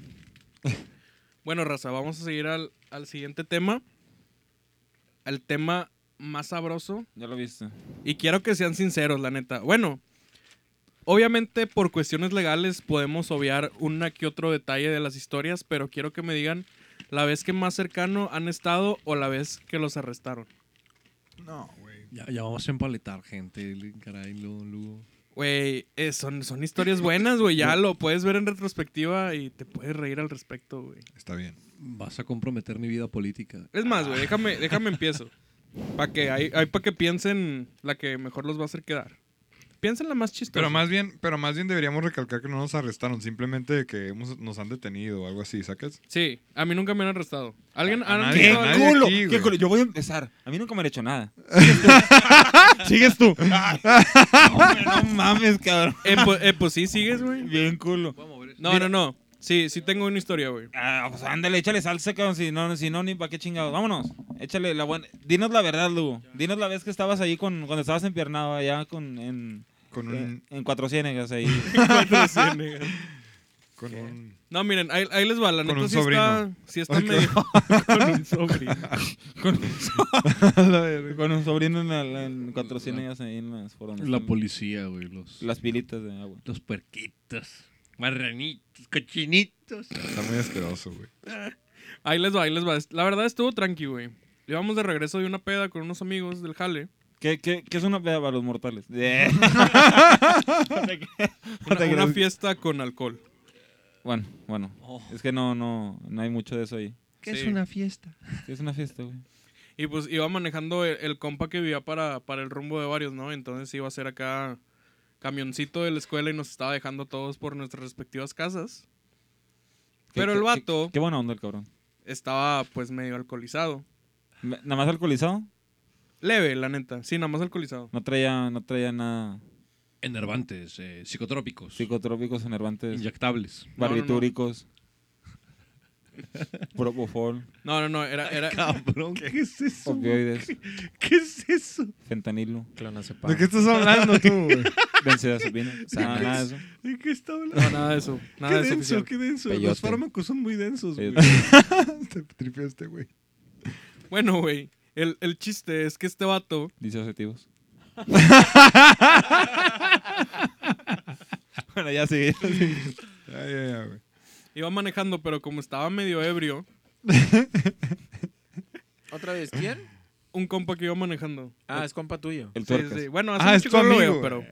E: Bueno, Raza, vamos a seguir al, al siguiente tema. Al tema más sabroso.
F: Ya lo viste.
E: Y quiero que sean sinceros, la neta. Bueno, Obviamente, por cuestiones legales, podemos obviar una que otro detalle de las historias, pero quiero que me digan la vez que más cercano han estado o la vez que los arrestaron.
G: No, güey.
I: Ya, ya vamos a empaletar gente, caray, luego, luego.
E: Güey, eh, son, son historias buenas, güey. Ya lo puedes ver en retrospectiva y te puedes reír al respecto, güey.
G: Está bien.
I: Vas a comprometer mi vida política.
E: Es más, güey, déjame, déjame empiezo. Para que, hay, para que piensen la que mejor los va a hacer quedar. Piensen la más chistosa.
G: Pero más bien, pero más bien deberíamos recalcar que no nos arrestaron, simplemente que hemos- nos han detenido o algo así, ¿sacas?
E: Sí, a mí nunca me han arrestado. ¿Alguien?
G: A- a
E: han-
G: nadie,
F: ¡Qué
G: a nadie.
F: culo!
G: aquí,
F: ¡Qué
G: güey.
F: culo! Yo voy a empezar. A mí nunca me han hecho nada. ¿Sigues tú? no, no mames, cabrón.
E: Eh, pues, eh, pues sí, sigues, güey.
F: Bien culo.
E: No, no, no. Sí, sí tengo una historia, güey.
F: Ah, pues ándale, échale salsa, cabrón. Si no, si no, ni para qué chingados. Vámonos. Échale la buena. Dinos la verdad, Lugo. Dinos la vez que estabas ahí con, cuando estabas empiernado allá con, en,
E: Mm.
G: Con
F: en,
G: un,
F: Cuatro Ciénegas ahí.
G: con un
E: No, miren, ahí, ahí les va. La
G: Con
E: neta
G: un
E: sí está, sí está
G: Ay,
E: medio... con un sobrino.
F: con un sobrino en, la- en Cuatro Ciénegas ahí en las foronas.
I: La policía, güey, los,
F: Las pilitas de agua.
I: los puerquitos, marranitos, cochinitos.
G: está muy asqueroso, güey.
E: Ahí les va, ahí les va. La verdad estuvo tranqui, güey. Íbamos de regreso de una peda con unos amigos del jale.
F: ¿Qué, qué, qué es una peda para los mortales? Eh.
E: Una, una fiesta con alcohol.
F: bueno, bueno.
E: Oh.
F: Es que no, no, no hay mucho de eso ahí.
I: ¿Qué
E: Sí.
I: fiesta?
F: Es una fiesta, güey.
E: Y pues iba manejando el, el compa que vivía para, para el rumbo de varios, ¿no? Entonces iba a ser acá camioncito de la escuela y nos estaba dejando a todos por nuestras respectivas casas.
F: Qué-
E: Pero el
F: qué-
E: vato
F: Qué buena onda el cabrón.
E: estaba pues medio alcoholizado.
F: Me- Nada más alcoholizado.
E: Leve, la neta. Sí, nada más alcoholizado.
F: No traía, no traía nada
I: Enervantes, eh, psicotrópicos,
F: psicotrópicos, enervantes,
I: inyectables.
E: No, no, no.
F: barbitúricos, propofol,
E: No, no, no, era... era
I: Cabrón, ¿qué es eso?
F: opioides,
I: ¿Qué es eso?
F: fentanilo,
H: Clonazepam.
G: ¿De qué estás hablando tú, güey?
F: benzodiazepina. O sea,
H: ¿Qué
F: nada de eso.
I: ¿De qué está hablando?
E: No, nada de eso. Nada de
I: qué
E: eso.
I: denso,
E: oficial.
I: qué denso.
H: Peyote.
I: Los fármacos son muy densos, güey.
F: eh,
G: Te tripeaste, güey.
E: Bueno, güey, el, el chiste es que este vato...
F: Disociativos. bueno, ya sigue.
G: Ay, ay, ay, güey.
E: Iba manejando, pero como estaba medio ebrio,
H: ¿Otra vez quién?
E: un compa que iba manejando.
H: Ah, es compa tuyo.
F: El
E: Sí,
F: tuercas.
E: sí, Bueno, hace
G: Ah,
E: mucho
G: es tu
E: que no lo veo,
G: amigo.
E: pero.
H: O
E: Es,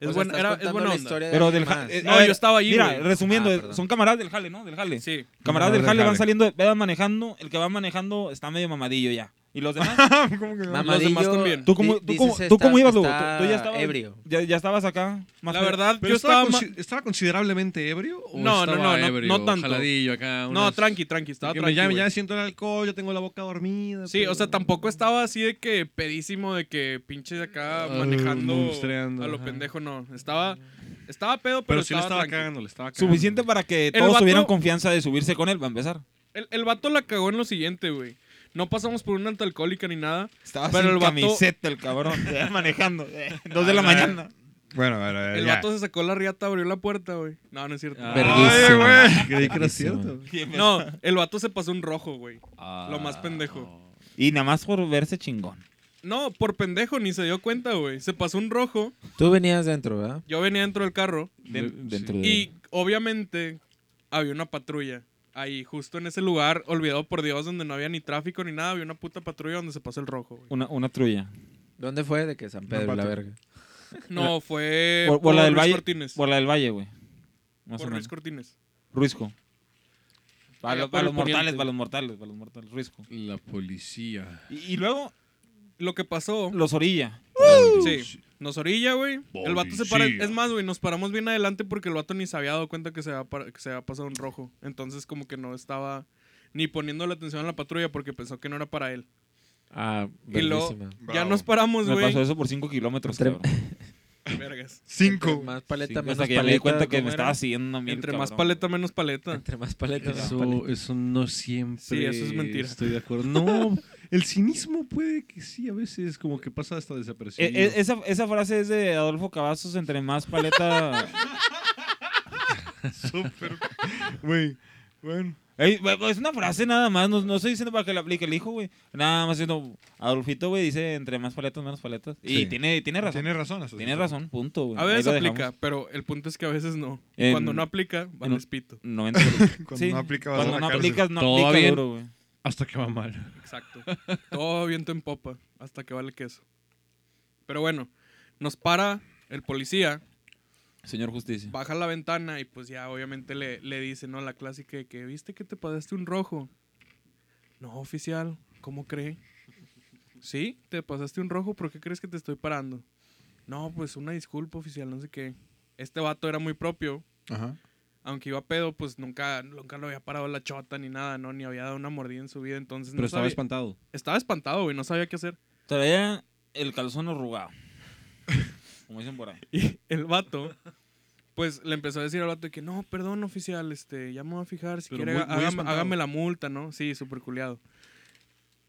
H: sea,
E: buena,
H: estás
E: era, es
H: contando
E: buena
H: la
E: onda.
H: historia de
F: Pero
H: alguien
F: del ja-
H: más.
F: eh,
E: No,
F: a ver,
E: yo estaba ahí,
F: Mira,
E: güey.
F: resumiendo,
H: Ah,
F: eh,
H: perdón.
F: son camaradas del jale, ¿no? Del jale.
E: Sí.
F: Camaradas del
G: Camaradas
F: jale
G: del
F: van
G: jale.
F: saliendo, van manejando, el que va manejando está medio mamadillo ya. ¿Y los demás?
G: ¿Cómo que no?
H: Mamadillo,
E: Los demás también.
F: ¿Tú cómo,
H: di-
F: tú cómo,
H: dices,
F: tú cómo
H: está-
F: ibas, Lugo?
H: está
F: ¿Tú, tú ya estabas,
H: ebrio.
F: Ya, ya estabas acá. más
E: La
F: pedo?
E: verdad,
I: Pero
E: yo
I: estaba,
E: estaba. ma-
I: consi- estaba considerablemente ebrio o
E: No, no,
I: estaba
E: no, no-
I: ebrio,
E: no tanto.
I: jaladillo acá,
E: No,
I: unas-
E: tranqui, tranqui, estaba
I: que me-
E: tranqui.
I: ya,
E: güey.
I: ya siento el alcohol, ya tengo la boca dormida.
E: Sí, o sea, tampoco estaba así de que pedísimo de que pinche de acá manejando
I: monstreando,
E: a lo
I: ajá.
E: pendejo, no. Estaba estaba pedo, pero,
I: Pero, sí le estaba
E: tranqui.
I: cagando, le estaba cagando.
F: Suficiente para que
E: El
F: todos
E: vato-
F: tuvieran confianza de subirse con él, para empezar.
E: El, el vato la cagó en lo siguiente, güey. No pasamos por una alcohólica ni nada.
F: Estaba
E: Pero
F: sin
E: el vato- ah,
F: camiseta el cabrón, ya manejando. eh, Dos de la mañana.
G: Bueno, a ver,
F: Eh,
G: a ver,
E: El
G: ya.
E: vato se sacó la riata, abrió la puerta, güey. No, no es cierto.
I: Ah.
G: Ay,
H: Verguísima.
I: Creí
G: güey.
I: que era
H: Verguísima.
I: cierto.
E: No, el vato se pasó un rojo, güey. Lo
I: Ah.
E: más pendejo.
F: Y nada más por verse chingón.
E: No, por pendejo, ni se dio cuenta, güey. Se pasó un rojo.
H: Tú venías dentro, ¿verdad?
E: Yo venía dentro del carro.
F: Den- dentro de...
E: Y obviamente había una patrulla ahí, justo en ese lugar, olvidado por Dios, donde no había ni tráfico ni nada, había una puta patrulla donde se pasó el rojo. güey.
F: Una, una trulla.
H: ¿Dónde fue? De que San Pedro, la
G: pato.
H: verga.
E: No, fue
F: Por, por la del
E: Ruiz
F: Valle.
E: Cortines.
F: Por la del Valle, güey. Más
E: Por
F: o
E: Ruiz
F: menos.
E: Cortines.
F: Ruisco. Para
E: Allá
F: los,
E: por
F: para
E: el
F: los mortales,
E: poniente.
F: para los mortales, para los mortales. Ruisco.
I: La policía.
F: Y, y luego,
E: Lo que pasó,
F: los orilla.
E: sí, nos orilla, güey. El vato se para, es más, güey, nos paramos bien adelante porque el vato ni se había dado cuenta que se había, par- que se había pasado un rojo. Entonces como que no estaba ni poniendo la atención a la patrulla porque pensó que no era para él.
H: Ah,
E: Y luego
H: verguísima.
E: ya
G: Bravo.
E: nos paramos,
F: Me pasó
E: Pues, güey.
F: eso por 5 kilómetros,
H: Entre-
F: cabrón.
E: Vergas.
G: Cinco.
H: Más paleta,
F: Sí,
H: menos
F: hasta que
H: paleta.
F: ya me di cuenta que
H: ¿cómo
F: me
H: era?
F: estaba siguiendo a mí el
E: Entre más
F: cabrón.
E: paleta, menos paleta.
H: Entre más paleta, menos
I: Eso,
H: paleta.
I: eso no siempre.
E: Sí, eso es mentira.
I: Estoy de acuerdo. No, el cinismo puede que sí, a veces como que pasa hasta
F: Eh,
I: desapercibido.
F: eh, esa, esa frase es de Adolfo Cavazos, entre más paleta...
E: eh.
G: Súper. Güey, bueno.
F: Ey, güey, es una frase nada más, no, no estoy diciendo para que la aplique el hijo, güey. Nada más diciendo, Adolfito, güey, dice entre más paletas, menos paletas. Y
G: Sí.
F: tiene, tiene razón.
G: Tiene
F: Tiene,
G: razón. así es.
F: razón, punto, güey.
E: A
F: Ahí
E: veces
F: lo
E: aplica,
F: dejamos.
E: pero el punto es que a veces no. Y
F: En-
E: cuando no aplica, van
F: en-
E: despito.
F: 90 dólares.
G: Cuando
F: Sí,
G: no aplica, vas a
F: Cuando
G: la
F: no
G: cárcel.
F: aplicas, no
I: Todo
F: aplica
I: bien.
F: duro, güey.
I: Hasta que va mal.
E: Exacto. Todo viento en popa, hasta que vale queso. Pero bueno, nos para el policía,
F: Señor Justicia.
E: baja la ventana y pues ya obviamente le, le dice, ¿no? La clásica de que, ¿viste que te pasaste un rojo? No, oficial, ¿cómo cree? Sí, te pasaste un rojo, ¿por qué crees que te estoy parando? No, pues una disculpa, oficial, no sé qué. Este vato era muy propio,
G: Ajá.
E: aunque iba a pedo, pues nunca, nunca lo había parado la chota ni nada, ¿no? Ni había dado una mordida en su vida, entonces
I: Pero
E: no
I: estaba
E: sabía-
I: espantado.
E: estaba espantado, güey, no sabía qué hacer.
F: Traía el calzón arrugado. Como dicen por ahí.
E: Y el vato, pues le empezó a decir al vato de que no, perdón, oficial, este, ya me voy a fijar, si
I: Pero
E: quiere,
I: muy-
E: haga-
I: muy
E: hágame,
I: espantado.
E: hágame la multa, ¿no? Sí, súper culiado.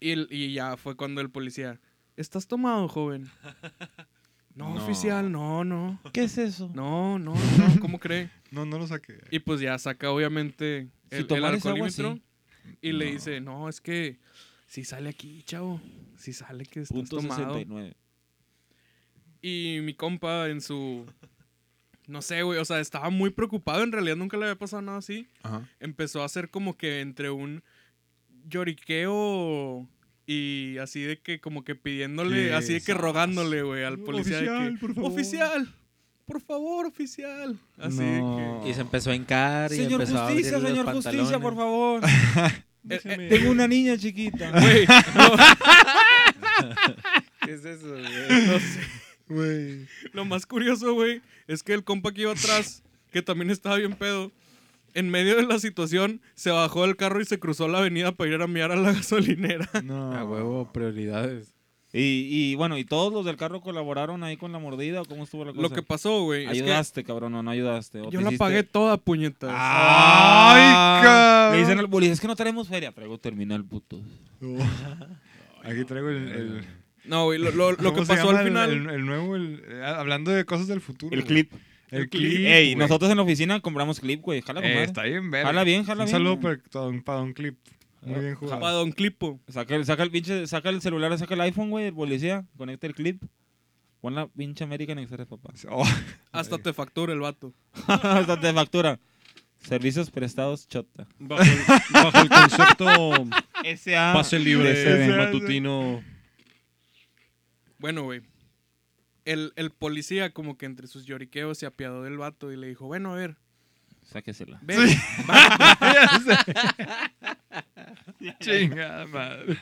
E: Y, el- y ya fue cuando el policía, ¿estás tomado, joven? No,
F: No.
E: oficial, no, no,
F: ¿Qué es eso?
E: no, no, no, ¿cómo cree?
G: No, no lo saqué.
E: Y pues ya saca, obviamente,
F: Si
E: el, el
F: tomaras agua,
E: alcoholímetro
F: sí.
E: y le
F: No.
E: dice, no, es que si sale aquí, chavo, si sale que estás
F: Punto
E: tomado.
F: 69.
E: Y mi compa en su... No sé, güey, o sea, estaba muy preocupado, en realidad nunca le había pasado nada así.
G: Ajá.
E: Empezó a hacer como que entre un lloriqueo y así de que como que pidiéndole,
G: Qué
E: así de que
G: sas.
E: rogándole, güey, al policía. de
G: Oficial,
E: que,
G: por favor.
E: Oficial, por favor, oficial. Así de eh,
H: Y se empezó a hincar y
F: Señor
H: empezó a
F: Justicia,
H: abrir
F: señor
H: los
F: Justicia, por
H: pantalones.
F: favor.
E: que... Eh, eh,
F: Tengo una niña chiquita.
E: güey,
H: ¿Qué es eso, güey?
E: no sé.
G: Güey.
E: Lo más curioso, güey, es que el compa que iba atrás, que también estaba bien pedo, en medio de la situación, se bajó del carro y se cruzó la avenida para ir a mirar a la gasolinera.
G: No.
H: A huevo, prioridades.
F: Y, y bueno, ¿y todos los del carro colaboraron ahí con la mordida o cómo estuvo la cosa?
E: Lo que pasó, güey, es que
F: Ayudaste, cabrón, no, no ayudaste. ¿O
E: yo
F: te
E: la
F: hiciste-
E: pagué toda, puñetas.
G: Ah. ¡Ay, cabrón!
F: Ah, Le dicen al policía, es que no traemos feria. Traigo terminal, puto.
G: Aquí traigo el. el-
E: No, güey, lo, lo- lo
G: ¿cómo
E: que
G: se
E: pasó
G: llama
E: al
G: el-
E: final...
G: El, el nuevo, el- eh, hablando de cosas del futuro. güey. El, clip. güey.
F: Ey, nosotros en la oficina compramos clip, güey. Jala con
G: Eh,
F: madre.
G: está bien, verga.
F: Jala bien, jala
G: Un
F: bien.
G: saludo para, don, para Don Clip. Muy bien
E: Para
G: jugado.
E: Don Clipo.
F: Saca, el- saca el pinche, saca el celular, saca el iPhone, güey, el policía. Conecta el clip. Pon la pinche American Express, papá.
G: Oh,
E: Hasta te factura el vato.
F: Hasta te factura. Servicios prestados, chota.
I: Bajo el, bajo el concepto
F: S.A.
E: Ah,
I: pase libre
F: ese-
I: matutino.
E: Bueno, güey. El, el policía como que entre sus lloriqueos se apiadó del vato y le dijo, bueno, a ver,
F: Sáquesela.
E: ven, va,
G: chingada madre.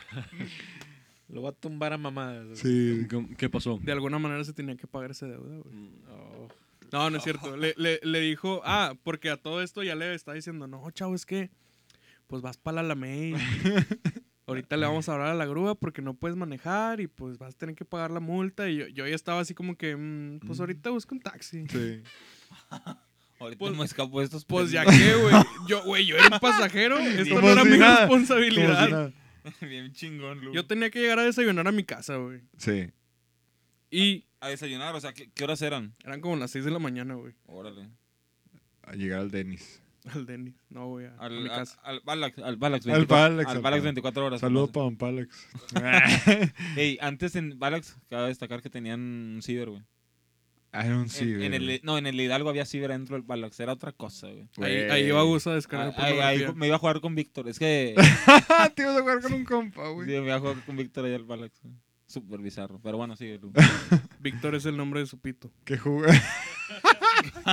H: Lo va a tumbar a mamadas.
I: Sí. ¿Qué- ¿Qué pasó?
E: De alguna manera se tenía que pagar esa deuda, güey. No, no es cierto. Le, le- le dijo, ah, porque a todo esto ya le está diciendo, no, chavo, es que, pues vas para la Alameda. y Ahorita le vamos a hablar a la grúa porque no puedes manejar y pues vas a tener que pagar la multa. Y yo, yo ya estaba así como que, "Mm, pues ahorita busco un taxi.
G: Sí.
F: Ahorita
E: Pues-
F: me escapo de estos
E: Pues ya
F: pendejos.
E: que, güey. Yo, güey, yo era un pasajero. Esto
G: Como
E: no era
G: si
E: mi
G: nada,
E: responsabilidad.
G: Como si nada.
F: Bien chingón, Lu.
E: yo tenía que llegar a desayunar a mi casa, güey.
G: Sí.
E: Y
F: A desayunar, o sea, ¿qué, qué horas eran?
E: eran como las 6 de la mañana, güey.
F: Órale.
G: A llegar al Denis.
E: Al Denny. No, güey, a, a
F: Al, al,
E: mi casa.
F: al Balax, al Balax
G: Al
F: 24,
G: Balax,
F: al
G: al
F: Balax
G: Balax.
F: 24 horas.
G: Saludos para Don Palex.
F: Ey, antes en Balax, cabe destacar que tenían un ciber, güey.
G: I don't see.
F: en, en
G: baby.
F: el, no, en el Hidalgo había ciber dentro del Balax, era otra cosa, güey.
E: Ahí,
G: Güey.
E: ahí iba Gus a descargar
G: pues,
F: Ay, ay, ay,
E: pornografía.
F: me iba a jugar con Víctor, es que
G: Ah, te ibas a jugar con un compa,
F: sí,
G: güey.
F: me iba a jugar con Víctor allá al Balax. güey. Súper bizarro, pero bueno, sí. Lu.
E: Víctor es el nombre de su pito.
G: Que jugaban.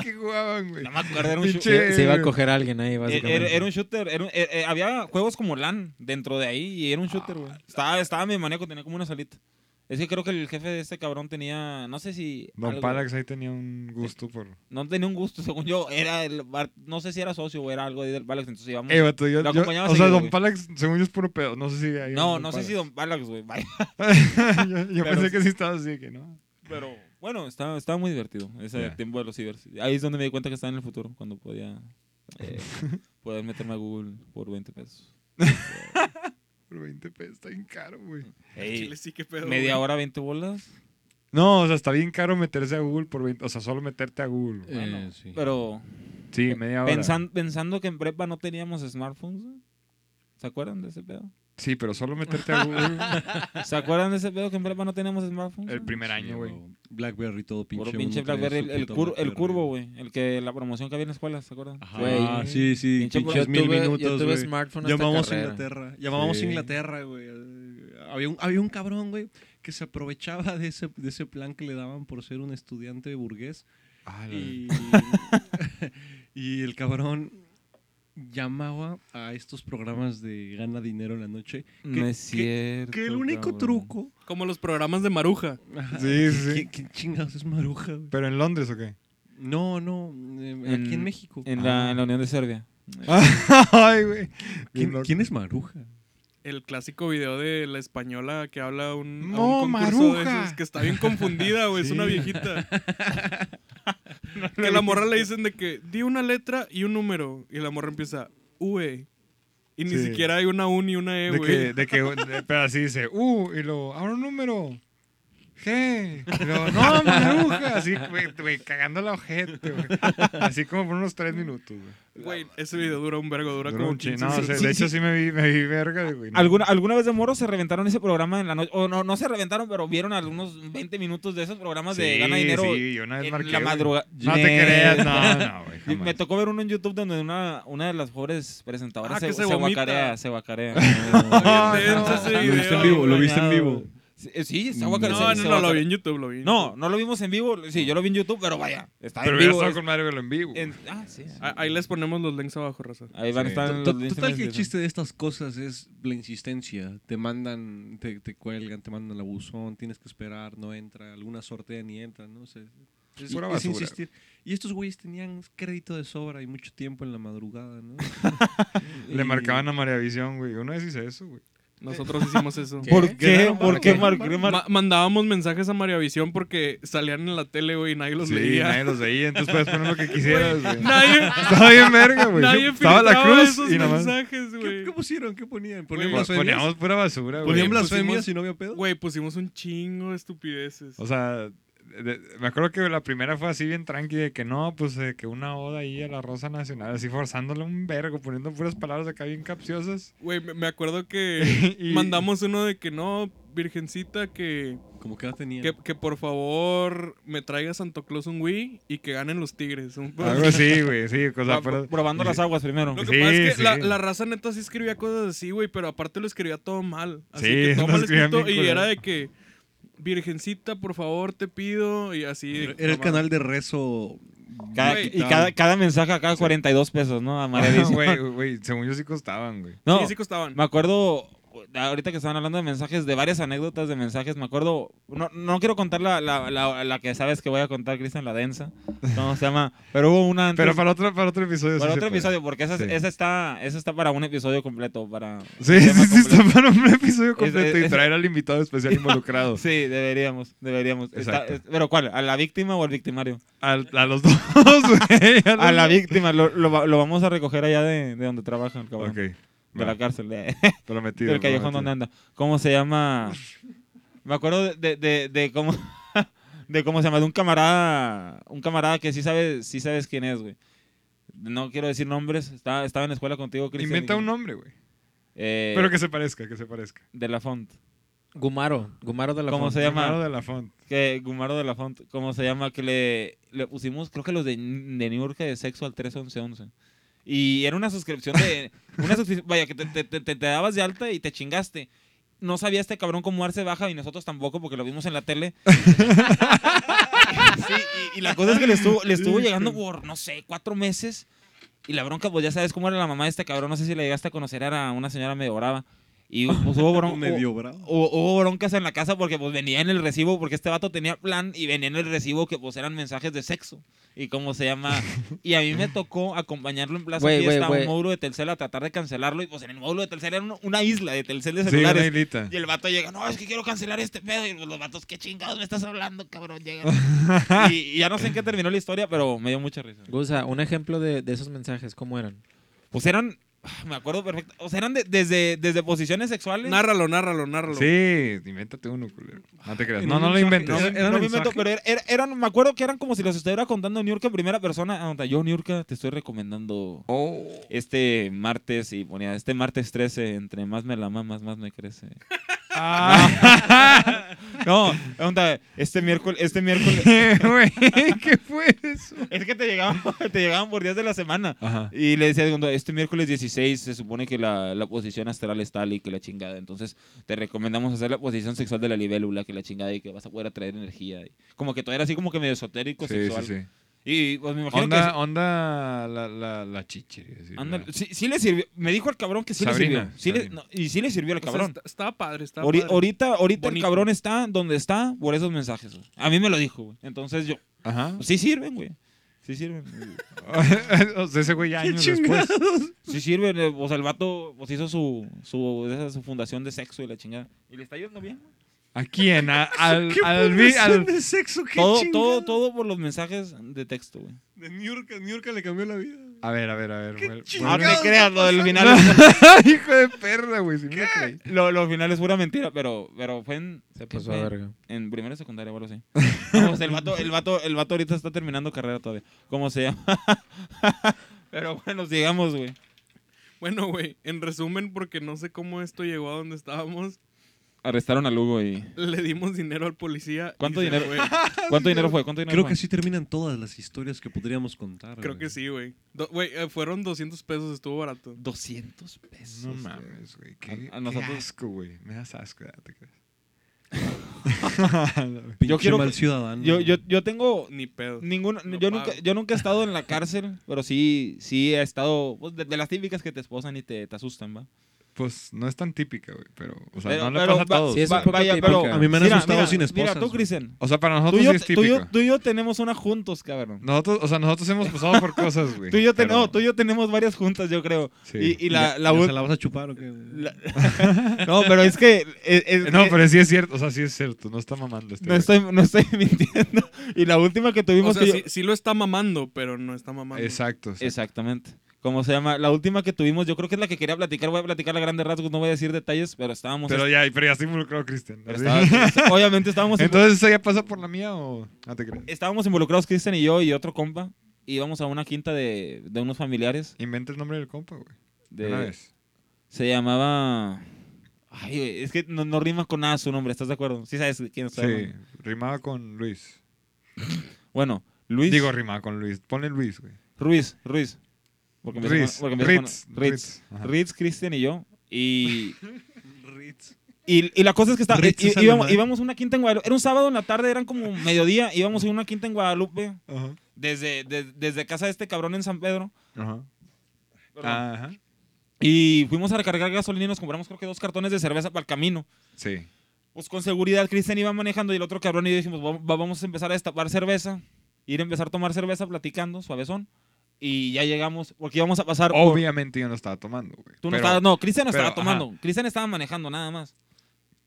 G: que jugaban, güey.
F: No me acuerdo, era un
G: Pinche-
F: shooter.
H: Se, se iba a coger a alguien ahí, básicamente.
F: Era, era un shooter, era un- eh, eh, había juegos como LAN dentro de ahí y
G: Ah,
F: era un shooter, güey. Estaba, estaba mi maníaco, tenía como una salita. Es que creo que el jefe de este cabrón tenía, no sé si...
G: Don
F: algo-
G: Palax ahí tenía un gusto por.
F: No tenía un gusto, según yo. Era el bar- no sé si era socio o era algo ahí del Balax, entonces íbamos.
G: Eh, vato, yo,
F: Lo
G: yo-
F: acompañaba
G: o sea,
F: seguido,
G: Don
F: güey.
G: Palax, según yo es puro pedo. No sé si ahí
F: no,
G: Don
F: no sé si Don Balax, güey. vaya.
G: Palax. yo yo
F: Pero-
G: pensé que sí estaba así, que no.
F: Pero bueno, estaba, estaba muy divertido ese
G: Ya.
F: tiempo de los cibers. Ahí es donde me di cuenta que estaba en el futuro, cuando podía eh, poder meterme a Google por 20 pesos.
G: Por 20 pesos, está bien caro, güey.
F: Ey,
E: Chile sí, qué pedo.
F: media
E: güey.
F: hora, 20 bolas.
G: No, o sea, está bien caro meterse a Google por 20, o sea, solo meterte a Google. güey.
I: Eh, sí.
F: Pero
G: Sí, media hora.
F: pensan- pensando que en prepa no teníamos smartphones, güey. ¿se acuerdan de ese pedo?
G: Sí, pero solo meterte a Google
F: ¿Se acuerdan de ese pedo que en prepa no teníamos smartphones?
G: el
F: güey?
G: primer año, güey.
I: Blackberry, todo pinche.
F: Puro pinche
I: mundo traía
F: Blackberry, el,
I: su
F: el
I: puto
F: cur- el
I: Blackberry. Ah,
F: curvo, güey. El que la promoción que había en la escuela, ¿se acuerdan?
I: Ajá,
H: Güey.
I: sí, sí,
F: Pinche
I: pinches
H: yo
I: mil
H: tuve- yo
I: minutos,
H: tuve
I: güey.
H: smartphone hasta
I: Llamamos a
H: carrera.
I: Inglaterra, llamamos
G: Sí.
I: a Inglaterra, güey. Había un, había un cabrón, güey, que se aprovechaba de ese, de ese plan que le daban por ser un estudiante burgués. Y, y el cabrón llamaba a estos programas de gana dinero en la noche. Que,
F: No es
I: que-
F: cierto.
I: que el único
F: cabrón.
I: truco...
E: Como los programas de Maruja.
I: Ajá,
G: Sí, sí, sí.
I: ¿Qué, qué chingados es maruja, güey?
G: ¿Pero en Londres o qué?
I: No, no, eh, aquí en México.
F: En
G: Ah,
F: la, en
I: Ah.
F: la Unión de Serbia.
G: Ay, güey.
I: ¿Quién,
G: Bien loco.
I: quién es maruja?
E: El clásico video de la española que habla un, a un
G: No,
E: concurso de
G: Maruja.
E: esos que está bien confundida, güey. Es una viejita. que la morra le dicen de que di una letra y un número. Y la morra empieza V. Y ni
G: Sí.
E: siquiera hay una U ni una
G: De
E: E,
G: que,
E: güey.
G: de que, de- pero así dice, uh, y luego, ahora un número. G. Y luego, no, maruja. Así, güey, güey, cagando la ojete, güey. Así como por unos tres minutos, güey.
E: Güey, ese video dura un vergo, dura,
G: Duró
E: como
G: un chi-
E: 15
G: no, o sea,
E: segundos.
G: de hecho sí me vi, me vi verga, güey. No.
F: ¿Alguna, alguna vez de morro se reventaron ese programa en la noche. O no, no se reventaron, pero vieron algunos 20 minutos de esos programas de
G: Sí,
F: gana dinero.
G: Sí, yo una vez
F: en
G: marqué.
F: la
G: güey.
F: madrugada.
G: No te creas, no, no, güey.
F: Y
G: jamás.
F: Me tocó ver uno en YouTube donde una, una de las pobres presentadoras
E: Ah,
F: se,
E: que se
F: se
E: vomita.
F: guacarea, se guacarea.
E: Está bien
G: No,
F: Ah,
E: denso ese
G: no,
I: Ah, Lo viste en
E: video,
I: vivo, lo
E: güey.
I: viste en vivo.
F: Sí, eh, Sí, está
E: No,
F: guacarea.
E: no,
F: se- se
E: no, lo vi
F: guacarea.
E: en YouTube, lo vi. en
F: No, no lo vimos en vivo. Sí, yo lo vi en YouTube, pero vaya. Está
G: Pero
F: en
G: hubiera
F: vivo.
G: estado
F: es-
G: con madre verlo en vivo.
F: en- ah, sí. sí.
E: Ah, Ahí les ponemos los links abajo, raza.
F: Ahí van a
G: Sí.
F: estar los
I: To-
F: links Ah, en
I: Total
F: la
I: que el
F: descripción.
I: chiste de estas cosas es la insistencia. Te mandan, te, te cuelgan, te mandan al buzón, tienes que esperar, no entra, alguna sortean y entra, ¿no? O sea, es,
G: Pura
I: es
G: basura.
I: insistir. Y estos güeyes tenían crédito de sobra y mucho tiempo en la madrugada, ¿no?
G: Le marcaban a María Visión, güey. Una vez hice eso, güey.
E: Nosotros hicimos eso.
F: ¿Por qué?
G: Ganaron
F: ¿Por
G: para
F: qué
G: qué?
F: marqué mar-
E: Ma- mandábamos mensajes a María Visión porque salían en la tele, güey, y nadie los
G: sí,
E: leía.
G: nadie los veía, entonces puedes poner lo que quisieras, güey.
E: Nadie,
G: Estaba bien verga, güey.
E: nadie
G: Estaba la
E: filtraba
G: cruz
E: esos
G: y nada más.
E: mensajes,
I: ¿Qué,
E: güey.
I: qué pusieron? ¿Qué ponían?
E: Güey,
I: ¿Ponían
G: Pues
I: blasfemias?
G: Poníamos pura basura, güey.
I: ¿Ponían blasfemias
E: pusimos-
I: si no había pedo?
E: Güey, pusimos un chingo de estupideces.
G: O sea, de- de- me acuerdo que la primera fue así bien tranqui de que no, pues de que una oda ahí a la Rosa Nacional, así forzándole un vergo, poniendo puras palabras acá bien capciosas.
E: Güey, me, me acuerdo que
G: Y-
E: mandamos uno de que no, virgencita, que,
I: Como que la tenían.
E: que, que por favor me traiga Santo Claus un Wii y que ganen los tigres. Un-
G: Algo así, güey, sí, o sea,
F: Pro-
G: pero-
F: probando las aguas primero.
E: Lo que
G: Sí,
E: pasa es que
G: sí.
E: la, la raza neta sí escribía cosas así, güey, pero aparte lo escribía todo mal. Así
G: Sí,
E: que todo
G: lo
E: mal
G: escribían
E: escrito
G: bien
E: y
G: culero.
E: era de que, virgencita, por favor, te pido, y así. de-
I: Era el
E: mamá.
I: canal de rezo.
F: Cada-
E: Güey,
F: y cada, cada mensaje acá 42 pesos, ¿no? A María
G: Ah,
F: Visión.
G: Güey, güey, según yo sí costaban, güey.
F: No,
E: Sí, sí costaban.
F: me acuerdo, ahorita que estaban hablando de mensajes, de varias anécdotas de mensajes, me acuerdo, no, no quiero contar la, la, la, la que sabes que voy a contar, Cristian, la densa, ¿cómo se llama? Pero hubo una antes,
G: Pero para otro, para otro episodio.
F: para
G: sí se
F: otro
G: puede.
F: episodio, porque esa,
G: Sí.
F: esa, está, esa está para un episodio completo, para... un
G: Sí,
F: tema
G: sí, sí, está
F: completo.
G: para un episodio completo y
F: es-
G: traer al invitado especial involucrado.
F: Sí, deberíamos, deberíamos. Está-
G: Exacto.
F: es- pero ¿cuál? ¿A la víctima o al victimario?
G: Al- a los dos, güey.
F: A la víctima, lo, lo va- lo vamos a recoger allá de, de donde trabaja el cabrón.
G: Ok.
F: De la
G: va,
F: cárcel, de-
G: prometido.
F: del callejón donde
G: prometido.
F: anda. ¿Cómo se llama? Me acuerdo de, de, de- de cómo de cómo se llama, de un camarada, un camarada que sí sabes, sí sabes quién es, güey. No quiero decir nombres, estaba, estaba en la escuela contigo, Cristian.
G: Inventa un nombre, güey.
F: Eh,
G: Pero que se parezca, que se parezca.
F: De la Font.
H: Gumaro, Gumaro de la
F: ¿Cómo
H: Fonte.
F: se llama?
G: Hermano de la font.
F: Que Gumaro de la Font, ¿cómo se llama? Que le, le pusimos, creo que los de, de New York de sexo al 31111. Y era una suscripción de. una suscripción, vaya, que te, te, te, te dabas de alta y te chingaste. No sabía este cabrón cómo darse baja y nosotros tampoco porque lo vimos en la tele. Sí, y, y la cosa es que le estuvo, le estuvo llegando por, no sé, cuatro meses. Y la bronca, pues ya sabes cómo era la mamá de este cabrón. No sé si la llegaste a conocer, era una señora medio brava. Y pues hubo bron-
I: medio bravo.
F: Hubo, hubo broncas en la casa porque pues venía en el recibo, porque este vato tenía plan y venía en el recibo que pues eran mensajes de sexo. Y cómo se llama. Y a mí me tocó acompañarlo en Plaza
H: Güey, güey,
F: Fiesta a
H: güey.
F: un módulo de Telcel a tratar de cancelarlo. Y pues en el módulo de Telcel era un- una isla de Telcel de
G: Sí, una
F: celulares.
G: hilita.
F: y el vato llega, no, es que quiero cancelar este pedo. Y pues, los vatos, ¿qué chingados me estás hablando, cabrón? Llega. y, y ya no sé en qué terminó la historia, pero me dio mucha risa.
H: Gusa, un ejemplo de, de esos mensajes, ¿cómo eran?
F: Pues eran Ah, Me acuerdo perfecto. O sea, eran de- desde, desde posiciones sexuales.
E: Nárralo, nárralo, nárralo.
G: Sí, invéntate uno, culero. No te creas.
I: En
G: No,
I: un
G: no lo
I: mensaje,
G: inventes.
F: No,
I: Eran-
F: no
I: eran
F: me invento,
I: mensajes.
F: pero era- era- eran, me acuerdo que eran como si los estuviera contando Niurka en primera persona. Anota, yo, Niurka, te estoy recomendando
G: Oh.
F: este martes y ponía este martes 13, entre más me la mamas, más me crece.
G: Ah,
F: no, onda, este miércoles, este miércoles.
G: Güey, ¿qué fue eso?
F: Es que te llegaban, te llegaban por días de la semana.
G: Ajá.
F: Y le decía, "Onda, este miércoles 16 se supone que la, la posición astral es tal y que la chingada. Entonces te recomendamos hacer la posición sexual de la libélula, que la chingada y que vas a poder atraer energía. Y como que todo era así como que medio esotérico,
G: Sí,
F: sexual.
G: sí, sí.
F: Y pues me imagino
G: Onda,
F: que...
G: onda la, la, la chiche. es decir,
F: Ándale,
G: la-
F: sí, sí le sirvió. Me dijo el cabrón que sí
G: Sabrina,
F: le sirvió. Sí le-
G: Sabrina.
F: no, y sí le sirvió al
E: O sea,
F: cabrón.
E: está- estaba padre, estaba
F: Ori-
E: padre.
F: ahorita ahorita el
E: Bonito.
F: cabrón está donde está por esos mensajes. güey. A mí me lo dijo, güey. Entonces yo, pues,
G: Ajá.
F: sí sirven, güey. Sí sirven.
G: o sea, ese güey ya años después.
F: Sí sirven. eh, O sea, el vato pues, hizo su, su, esa- su fundación de sexo y la chingada. Y le está yendo bien. güey.
G: ¿A quién? A- al,
I: ¿Qué
G: al, vi-
I: población
G: al-
I: de sexo? ¿Qué
F: Todo,
I: chingada?
F: todo, todo por los mensajes de texto, güey.
I: De New York, New York le cambió la vida.
G: A ver, a ver, a ver. vuel-
F: No
I: chingada?
G: vuelve-
F: te creas, lo del final.
G: Hijo de perra, güey. Sí me la creí.
F: Lo, lo final es pura mentira, pero, pero fue en.
H: Se
F: ¿qué
H: pasó
F: fue?
H: a verga.
F: En primera secundaria, bueno, sí. Vamos, pues, el vato, el vato, el vato ahorita está terminando carrera todavía. ¿Cómo se llama? Pero bueno, sigamos, güey.
E: Bueno, güey, en resumen, porque no sé cómo esto llegó a donde estábamos,
F: Arrestaron a Lugo y.
E: le dimos dinero al policía. y
F: ¿Cuánto
E: se
F: dinero?
E: fue.
F: ¿Cuánto dinero fue? ¿Cuánto dinero
I: Creo
F: fue?
I: que así terminan todas las historias que podríamos contar.
E: Creo que sí, güey. Do- Güey, eh, fueron 200 pesos, estuvo barato.
F: 200 pesos.
G: No mames, güey. Qué,
F: A- a
G: qué
F: nosotros-
G: asco, güey. Me das asco. ah, ¿te crees?
I: Yo
F: quiero
I: quiero mal
F: que-
I: ciudadano.
F: Yo, yo, yo tengo
E: Ni pedo.
F: ninguna.
E: No
F: yo,
E: pago.
F: nunca, yo nunca he estado en la cárcel, pero sí, sí he estado. pues, de, de las típicas que te esposan y te, te asustan, ¿va?
G: Pues no es tan típica, güey. Pero, o sea,
F: Pero-
G: no le
F: pero
G: pasa a
F: va-
G: todos.
H: Sí, es un
F: va-
H: poco
F: vaya,
H: típica.
F: pero-
I: A mí me han
F: Mira,
I: asustado
F: mira,
I: sin esposas.
F: Mira, tú, Cristian.
G: O sea, para
F: Tú,
G: nosotros
F: y
G: sí
F: yo-
G: es
F: tú y yo-
G: típico.
F: tú y yo tenemos una juntos, cabrón.
G: Nosotros, o sea, nosotros hemos pasado por cosas, güey.
F: Tú y yo, te-
G: pero-
F: no, tú y yo tenemos varias juntas, yo creo.
G: Sí.
F: Y, y la, la
I: ¿Ya
F: ul-
I: ¿Se la vas a chupar o qué?
F: la- no, pero es que... es- es
G: No,
F: que
G: pero sí es cierto. O sea, sí es cierto. No está mamando este
F: no
G: güey.
F: estoy, no estoy mintiendo. Y la última que tuvimos
E: O sea,
F: que yo-
E: sí, sí lo está mamando, pero no está mamando.
G: Exacto. sí.
F: Exactamente. ¿Cómo se llama? La última que tuvimos, yo creo que es la que quería platicar. Voy a platicar a grandes rasgos, no voy a decir detalles, pero estábamos...
G: Pero ya, pero ya está involucrado Cristian.
F: pero
G: Así.
F: estaba- este, obviamente estábamos... invo-
G: Entonces, ¿eso ya pasa por la mía o no te creas?
F: estábamos involucrados Cristian y yo y otro compa. Íbamos a una quinta de, de unos familiares.
G: Inventa el nombre del compa, güey. De
F: De,
G: una vez.
F: Se llamaba... Ay, güey, es que no, no rima con nada su nombre, ¿estás de acuerdo? Sí sabes quién está.
G: Sí, rimaba con Luis.
F: Bueno, Luis...
G: Digo, rimaba con Luis. Ponle Luis, güey.
F: Ruiz, Ruiz. Porque me
G: Ruiz,
F: porque me llaman-
G: Ritz, Ritz,
F: Ritz.
G: ajá.
F: Ritz, Cristian y yo. Y, y, y la cosa es que está,
I: Ritz
F: í-
I: es
F: íbamos,
I: alemán.
F: íbamos a una quinta en Guadalupe. Era un sábado en la tarde, eran como mediodía. Íbamos a una quinta en Guadalupe.
G: Ajá.
F: Desde, de- desde casa de este cabrón en San Pedro.
G: Ajá.
F: Perdón.
G: Ajá.
F: Y fuimos a recargar gasolina y nos compramos creo que dos cartones de cerveza para el camino.
G: Sí.
F: Pues con seguridad Cristian iba manejando y el otro cabrón y yo dijimos, "Va- va- vamos a empezar a destapar cerveza. Ir a empezar a tomar cerveza platicando, suavezón. Y ya llegamos, porque íbamos a pasar... por-
G: Obviamente yo no estaba tomando, güey.
F: Tú no
G: pero,
F: estabas, no, Cristian no
G: pero,
F: estaba tomando. Cristian estaba manejando nada más.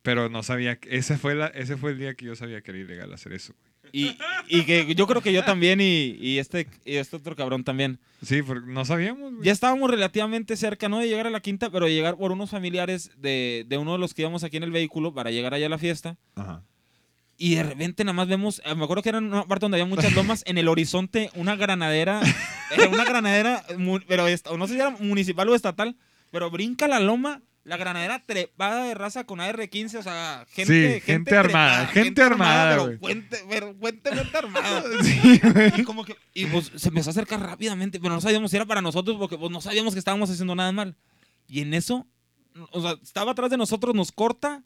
G: pero no sabía. que- Ese fue, la, ese fue el día que yo sabía que era ilegal hacer eso, güey.
F: Y, y que yo creo que yo también y, y este, y este otro cabrón también.
G: Sí, porque no sabíamos, güey.
F: Ya estábamos relativamente cerca, no de llegar a la quinta, pero de llegar por unos familiares de, de uno de los que íbamos aquí en el vehículo para llegar allá a la fiesta.
G: Ajá.
F: Y de repente nada más vemos, eh, me acuerdo que era en una parte donde había muchas lomas, en el horizonte una granadera, era una granadera, mu- pero esta- no sé si era municipal o estatal, pero brinca la loma, la granadera trepada de raza con AR-15, o sea, gente,
G: Sí, gente armada, gente armada, güey.
F: pero fuente, pero fuentemente armada.
G: Sí, güey.
F: Y como que, y pues se empezó a acercar rápidamente, pero no sabíamos si era para nosotros porque pues, no sabíamos que estábamos haciendo nada mal. Y en eso, o sea, estaba atrás de nosotros, nos corta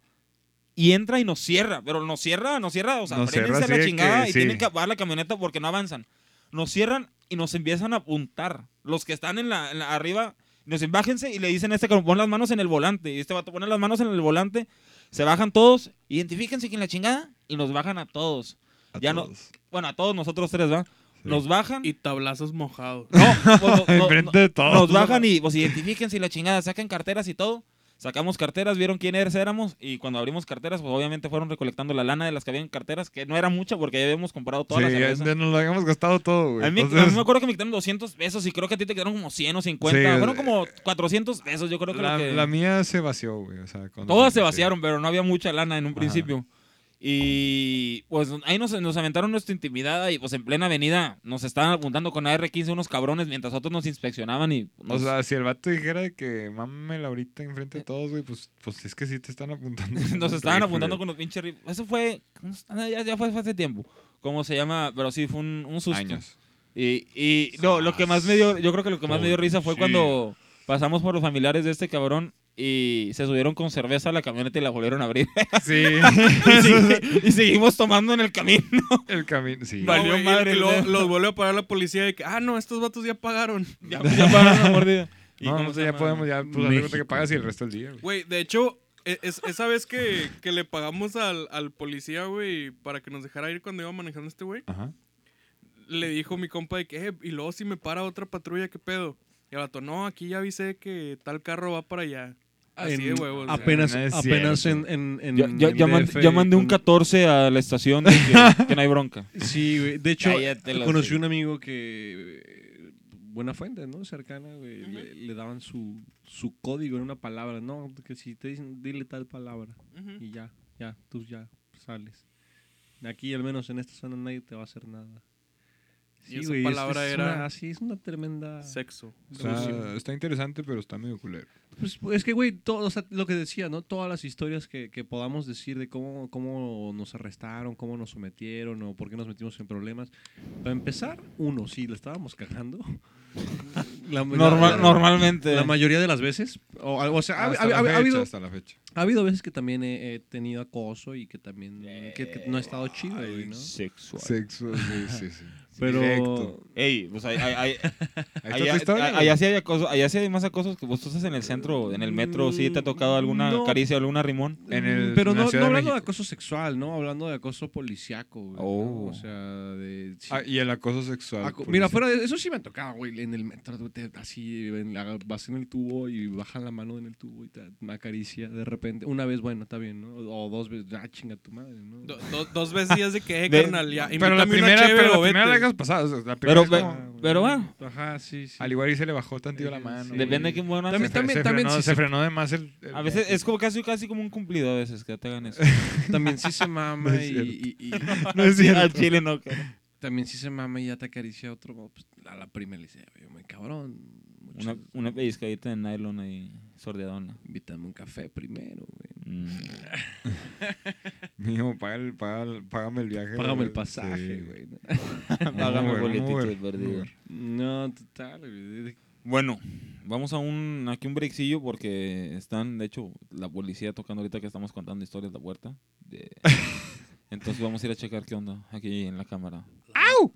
F: y entra y nos cierra, pero nos cierra, nos cierra, o sea,
G: Nos cierra así
F: préndense a
G: de
F: la
G: que,
F: chingada y
G: sí.
F: tienen que apagar la camioneta porque no avanzan. Nos cierran y nos empiezan a apuntar. Los que están en la, en la- arriba, nos dicen, "Bájense", y le dicen a este cabrón, pon las manos en el volante. Y este vato pone las manos en el volante, se bajan todos, identifíquense quién la chingada y nos bajan a todos.
G: A
F: Ya no-
G: todos.
F: Bueno, a todos nosotros tres, ¿verdad? Nos bajan. Pues,
E: Y tablazos mojados.
F: No, no, no, no,
G: Enfrente de todos.
F: Nos bajan y pues identifíquense y la chingada, sacan carteras y todo. Sacamos carteras, vieron quiénes éramos y cuando abrimos carteras, pues obviamente fueron recolectando la lana de las que había en carteras, que no era mucha porque ya habíamos comprado toda la
G: sí,
F: cerveza.
G: ya nos lo habíamos gastado todo, güey.
F: A mí,
G: Entonces,
F: a mí me acuerdo que me quitaron 200 pesos y creo que a ti te quedaron como 100 o 50.
G: Sí,
F: fueron
G: eh,
F: como 400 pesos, yo creo que, lo
G: la,
F: que-
G: la mía se vació, güey. O sea, cuando-
F: Todas se
G: sí.
F: vaciaron, pero no había mucha lana en un
G: Ajá.
F: principio. Y pues ahí nos, nos aventaron nuestra intimidad y pues en plena avenida nos estaban apuntando con AR-15 unos cabrones mientras otros nos inspeccionaban y...
G: O
F: nos-
G: sea, si el vato dijera de que mámela ahorita enfrente de todos, güey, pues, pues es que sí te están apuntando. con
F: Nos
G: un
F: estaban
G: rifle.
F: apuntando con los pinches rif- Eso fue. ah, Ya, ya fue fue hace tiempo. ¿Cómo se llama? Pero sí, fue un, un susto.
G: años.
F: Y, y no, lo que más me dio. Yo creo que lo que más me dio risa fue cuando pasamos por los familiares de este cabrón y se subieron con cerveza a la camioneta y la volvieron a abrir.
G: Sí.
F: y, segui- y seguimos tomando en el camino.
G: el camino, sí.
F: Vale. Valió
E: No, güey, y-
F: madre,
E: y luego
F: güey.
E: los vuelve a parar la policía de que, ah, no, estos vatos ya pagaron.
F: ya, ya pagaron la mordida. ¿Y
G: No,
F: cómo
G: no,
F: se
G: ya
F: llama?
G: podemos, ya, pues, haz de cuenta que pagas y el resto del día, güey.
E: Güey, de hecho, e- es- esa vez que, que le pagamos al, al policía, güey, para que nos dejara ir cuando iba manejando este güey,
G: Ajá.
E: le dijo mi compa de que, eh, y luego si me para otra patrulla, ¿qué pedo? Y el vato, no, aquí ya avisé que tal carro va para allá. Así de
I: En-
E: Ah, huevos. güey.
I: Apenas,
G: No es
I: apenas en,
G: cierto.
I: en, en-
F: Yo, yo-
I: en
F: yo man-
I: DF
F: yo mandé un
I: con-
F: 14 a la estación de que, que no hay bronca.
I: Sí, güey. De hecho,
F: Cállate los
I: conocí
F: hijos.
I: un amigo que. eh, Buena fuente, ¿no? Cercana, güey. le, le daban su, su código en una palabra. No, que si te dicen, dile tal palabra.
E: Ujú.
I: Y ya, ya, tú ya sales. Aquí, al menos en esta zona, nadie te va a hacer nada.
E: Y esa palabra era-
I: Una, sí, es una tremenda.
E: Sexo.
F: Ah.
G: Está, está interesante, pero está medio culero.
I: Pues, pues, es que, güey, todo, o sea, lo que decía, ¿no? Todas las historias que, que podamos decir de cómo, cómo nos arrestaron, cómo nos sometieron o por qué nos metimos en problemas. Para empezar, uno, sí, le estábamos cagando. La- la-
F: Normal-
I: Pues la-
F: normalmente.
I: La mayoría de las veces. O, algo- o sea, ha,
G: hasta,
I: ha-
G: la
I: ha- ha
G: fecha,
I: habido,
G: hasta la fecha.
I: ha habido veces que también he, he tenido acoso y que también que, que no ha estado chido, güey, ¿no?
F: Sexual.
G: Sexo, sí, sí, sí.
I: Pero...
G: Directo.
F: Ey, pues hay- hay-
G: Ahí
F: hay-
G: está
F: Allá,
G: tu historia,
F: a-
G: güey.
F: allá sí hay acoso- allá sí hay más acosos que vos tú estás en el centro, en el metro, sí te ha tocado alguna
I: Mm, No.
F: caricia, alguna rimón.
G: En el-
I: pero
G: en la
I: no,
G: Ciudad
I: no
G: de
I: hablando de,
G: México.
I: acoso sexual, ¿no? Hablando de acoso policiaco, güey, ¿no?
F: Oh.
I: O sea, de... sí.
G: Ah, y el acoso sexual.
I: Aco-
G: por
I: Mira,
G: decir.
I: fuera de eso sí me tocaba, güey, en el metro, güey, te- así, en la- vas en el tubo y bajan la mano en el tubo y te me acaricia de repente. Una vez, bueno, está bien, ¿no? O, o dos veces, ah, chinga tu madre, ¿no?
E: Do- do- dos veces días de que, eh,
F: De-
E: carnal, ya.
G: Pero la
E: invítame una
G: primera,
E: cheve
G: pero la
E: o
G: primera la
E: vete.
G: dejas pasar. o sea, la primera
F: Pero,
G: es
F: ve-
G: como-
I: Ah, güey.
F: pero bueno,
I: Ajá, sí, sí.
G: al igual y se le bajó tantillo la mano.
I: Sí.
F: depende de qué bueno.
I: También-
G: Se fre- se
I: también
G: frenó-
I: sí
G: se
I: se-
G: frenó de más el. el-
F: A veces es como casi, casi como un cumplido a veces que te hagan eso.
I: También sí se mama
G: No es
I: y,
G: cierto.
I: y- y-
G: No es
F: Al
G: cierto.
F: chile no, cara.
I: también sí se mama y ya te acaricia otro, pues, a la prima le dice, "Oye, muy cabrón, muchas-
F: Una, una pellizcadita de nylon ahí, sordeadona.
I: invítame un café primero, güey.
F: Mm.
G: Mijo, paga el- paga el- págame el viaje.
I: Págame el
G: Eh, Sí.
I: pasaje, güey.
F: Págame
G: Uber,
F: boletito
G: Uber,
F: de perdido.
G: Uber.
I: No, total, güey.
F: Bueno, vamos a un aquí un breakcillo porque están, de hecho, la policía tocando ahorita que estamos contando historias de la puerta. De- Entonces vamos a ir a checar qué onda aquí en la cámara.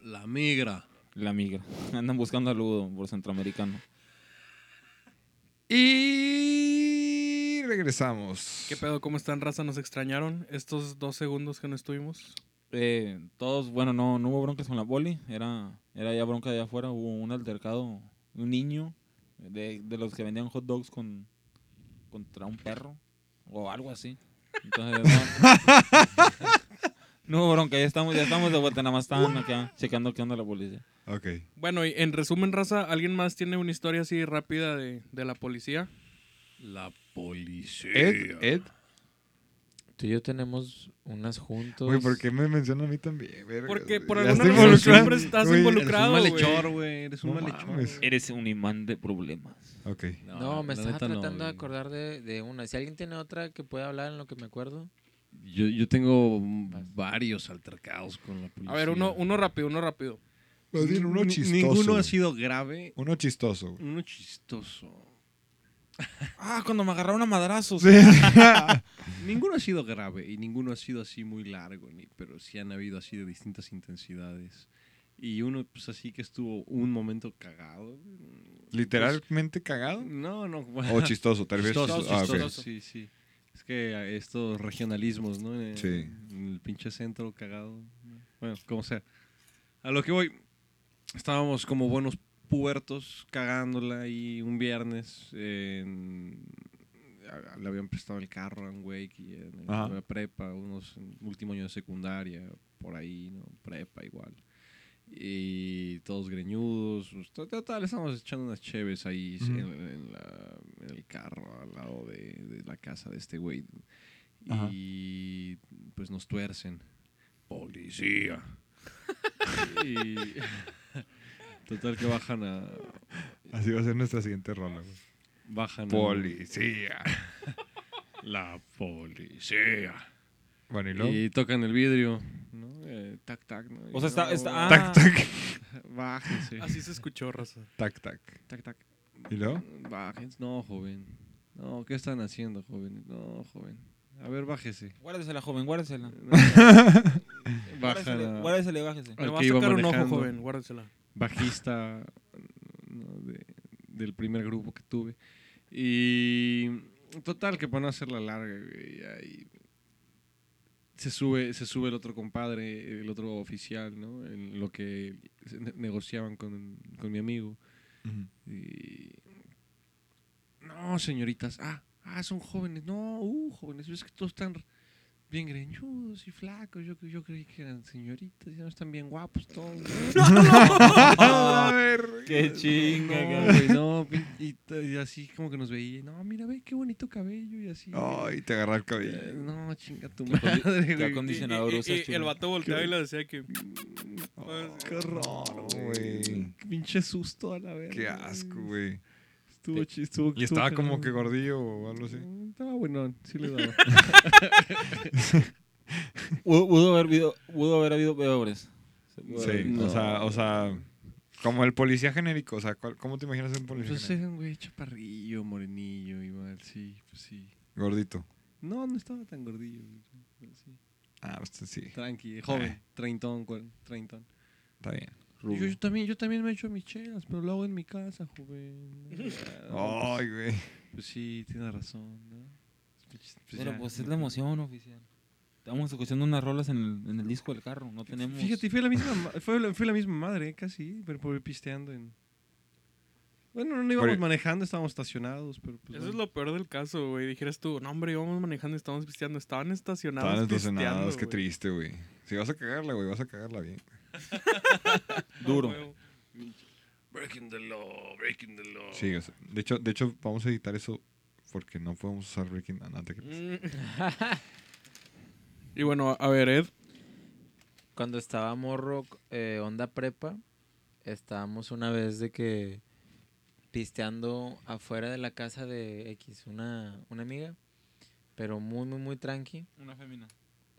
I: La migra.
F: La migra. Andan buscando al Ludo por centroamericano.
G: Y regresamos.
E: ¿Qué pedo? ¿Cómo están, raza? ¿Nos extrañaron estos dos segundos que no estuvimos?
F: Eh, todos, bueno, no, no hubo broncas con la poli. Era, era ya bronca de allá afuera. Hubo un altercado, un niño de, de los que vendían hot dogs con, contra un perro o algo así. Entonces, no, no hubo bronca. Ya estamos, ya estamos de vuelta. Nada más estaban acá checando qué onda la policía.
G: Ok.
E: Bueno, y en resumen, raza, ¿alguien más tiene una historia así rápida de, de la policía?
I: La policía.
G: Ed, Ed.
H: Tú y yo tenemos unas juntos.
G: Güey, ¿por qué me menciona a mí también? Verga,
E: Porque
G: güey.
E: por
G: Ya
E: alguna
G: estoy
E: razón
G: involucrado.
E: siempre estás
G: Güey,
E: involucrado,
I: Eres
E: güey.
I: un malhechor, güey. Eres un
G: No
I: malhechor.
G: mames.
F: Eres un imán de problemas.
G: Ok.
H: No, me
I: la
H: estaba
I: neta no,
H: tratando de
I: güey.
H: acordar de, de una. Si alguien tiene otra que pueda hablar en lo que me acuerdo.
I: Yo, yo tengo varios altercados con la policía.
E: A ver, uno, uno rápido, uno rápido.
G: Más bien uno
I: Ni-
G: chistoso.
I: Ninguno ha
G: güey.
I: sido grave.
G: Uno chistoso, güey.
I: Uno chistoso.
F: Ah, cuando me agarraron a madrazos.
I: Ninguno ha sido grave y ninguno ha sido así muy largo, ni, pero sí han habido así de distintas intensidades. Y uno, pues así que estuvo un momento cagado.
G: Pues, ¿Literalmente cagado?
I: No, no.
G: ¿O Oh, chistoso? Tal vez.
I: Chistoso,
G: Ah, ok.
I: chistoso, sí, sí. Es que a estos regionalismos, ¿no? En-
G: Sí.
I: en el pinche centro cagado. Bueno, como sea. A lo que voy, estábamos como buenos puertos cagándola y un viernes en- a- le habían prestado el carro a un güey que en- en
F: Ajá.
I: la prepa, unos en último año de secundaria, por ahí, ¿no? Prepa igual. Y todos greñudos. pues, to- Total, estábamos echando unas cheves ahí sí, en, en la- en el carro al lado de, de la casa de este güey.
F: Ajá.
I: Y pues nos tuercen. ¡Policía! y. Total que bajan a.
G: Así va a ser nuestra siguiente rola, güey. ah.
I: Bajan al-
G: Policía.
I: La policía.
G: Bueno, y luego.
I: Y tocan el vidrio. ¿no? Eh, tac, tac. ¿no?
F: O sea, está- ah.
I: No,
F: está-
E: Ah.
I: tac,
G: Tac, tac.
I: Bájense.
E: Así se escuchó, raza.
G: Tac, tac.
I: Tac, tac.
G: ¿Y luego?
I: Bájense. No, joven. No, ¿qué están haciendo, joven? No, joven. A ver, bájese.
F: Guárdesela, joven, guárdesela.
I: Bajan
F: Guárdesela,
I: a-
F: guárdesela y bájese.
I: al
E: Le va a
I: que iba
E: sacar un ojo,
I: manejando.
E: joven. Guárdensela.
I: bajista ¿no? de- del primer grupo que tuve. Y total, que para no hacerla larga, güey, ya, y se sube, se sube el otro compadre, el otro oficial, ¿no? En lo que se ne- negociaban con, con mi amigo. Y, no, señoritas, ah, ah, son jóvenes, no, uh, jóvenes, es que todos están bien greñudos y flacos, yo, yo creí que eran señoritas, ya no están bien guapos todos.
F: Qué chinga,
I: No,
F: cabrón.
I: güey, no, pin- y, t- y así como que nos veía. y, No, mira, ve qué bonito cabello y así.
G: Ay, te agarra el
I: Eh,
G: cabello.
I: No, chinga tu
F: acondi-
I: madre,
F: te
I: güey.
F: acondi-
E: Y,
F: Condicionador,
E: y-
F: usas
E: y- y
G: este
F: tú.
E: el vato volteaba y le decía que.
G: Oh, Qué raro, güey.
I: Qué Pinche susto a la verga.
G: Qué asco, güey.
I: Estuvo chi- estuvo- estuvo
G: Y estaba
I: cagado.
G: como que gordillo o algo así.
I: Mm, Estaba bueno, sí le daba.
F: Pudo, pudo haber habido, pudo haber habido peores. Se pudo haber
G: Sí,
F: habido.
G: o sea, o sea, como el policía genérico, o sea, ¿cuál- ¿cómo te imaginas un policía
I: Entonces Pues
G: genérico?
I: era un güey chaparrillo, morenillo, igual, sí, pues sí.
G: Gordito.
I: No, no estaba tan gordillo. güey, pero sí.
G: Ah, pues sí,
I: Tranqui, eh, joven, treintón, cuaren- treintón.
G: está bien.
I: Yo, yo también, yo también me echo mis chelas, pero lo hago en mi casa, joven. Ah,
G: Ay, güey.
I: Pues sí, tiene razón, ¿no? Pues, pues
F: Pero
I: ya.
F: pues es la emoción oficial. Estamos escuchando unas rolas en el, en el disco del carro. No tenemos.
I: Fíjate, fue la misma, ma- fue la, fue la misma madre, ¿eh? casi, pero por pisteando en... Bueno, no, no íbamos
G: Oye.
I: manejando, estábamos estacionados, pero pues...
E: Eso es
I: bueno.
E: lo peor del caso, güey. Dijeras tú, no, hombre, íbamos manejando y estábamos pisteando. Estaban estacionados.
G: Estaban estacionados,
E: pisteando,
G: qué
E: güey.
G: triste, güey. Si vas a cagarla, güey, vas a cagarla bien.
F: Duro.
I: Breaking the law, breaking the law.
G: Sí, o sea, de hecho, de hecho, vamos a editar eso porque no podemos usar Breaking Bad. no te
E: Mm.
G: creas.
E: Y bueno, a ver, Ed.
H: Cuando estaba morro, eh, onda prepa, estábamos una vez de que pisteando afuera de la casa de X, una, una amiga, pero muy, muy, muy tranqui.
F: Una femina.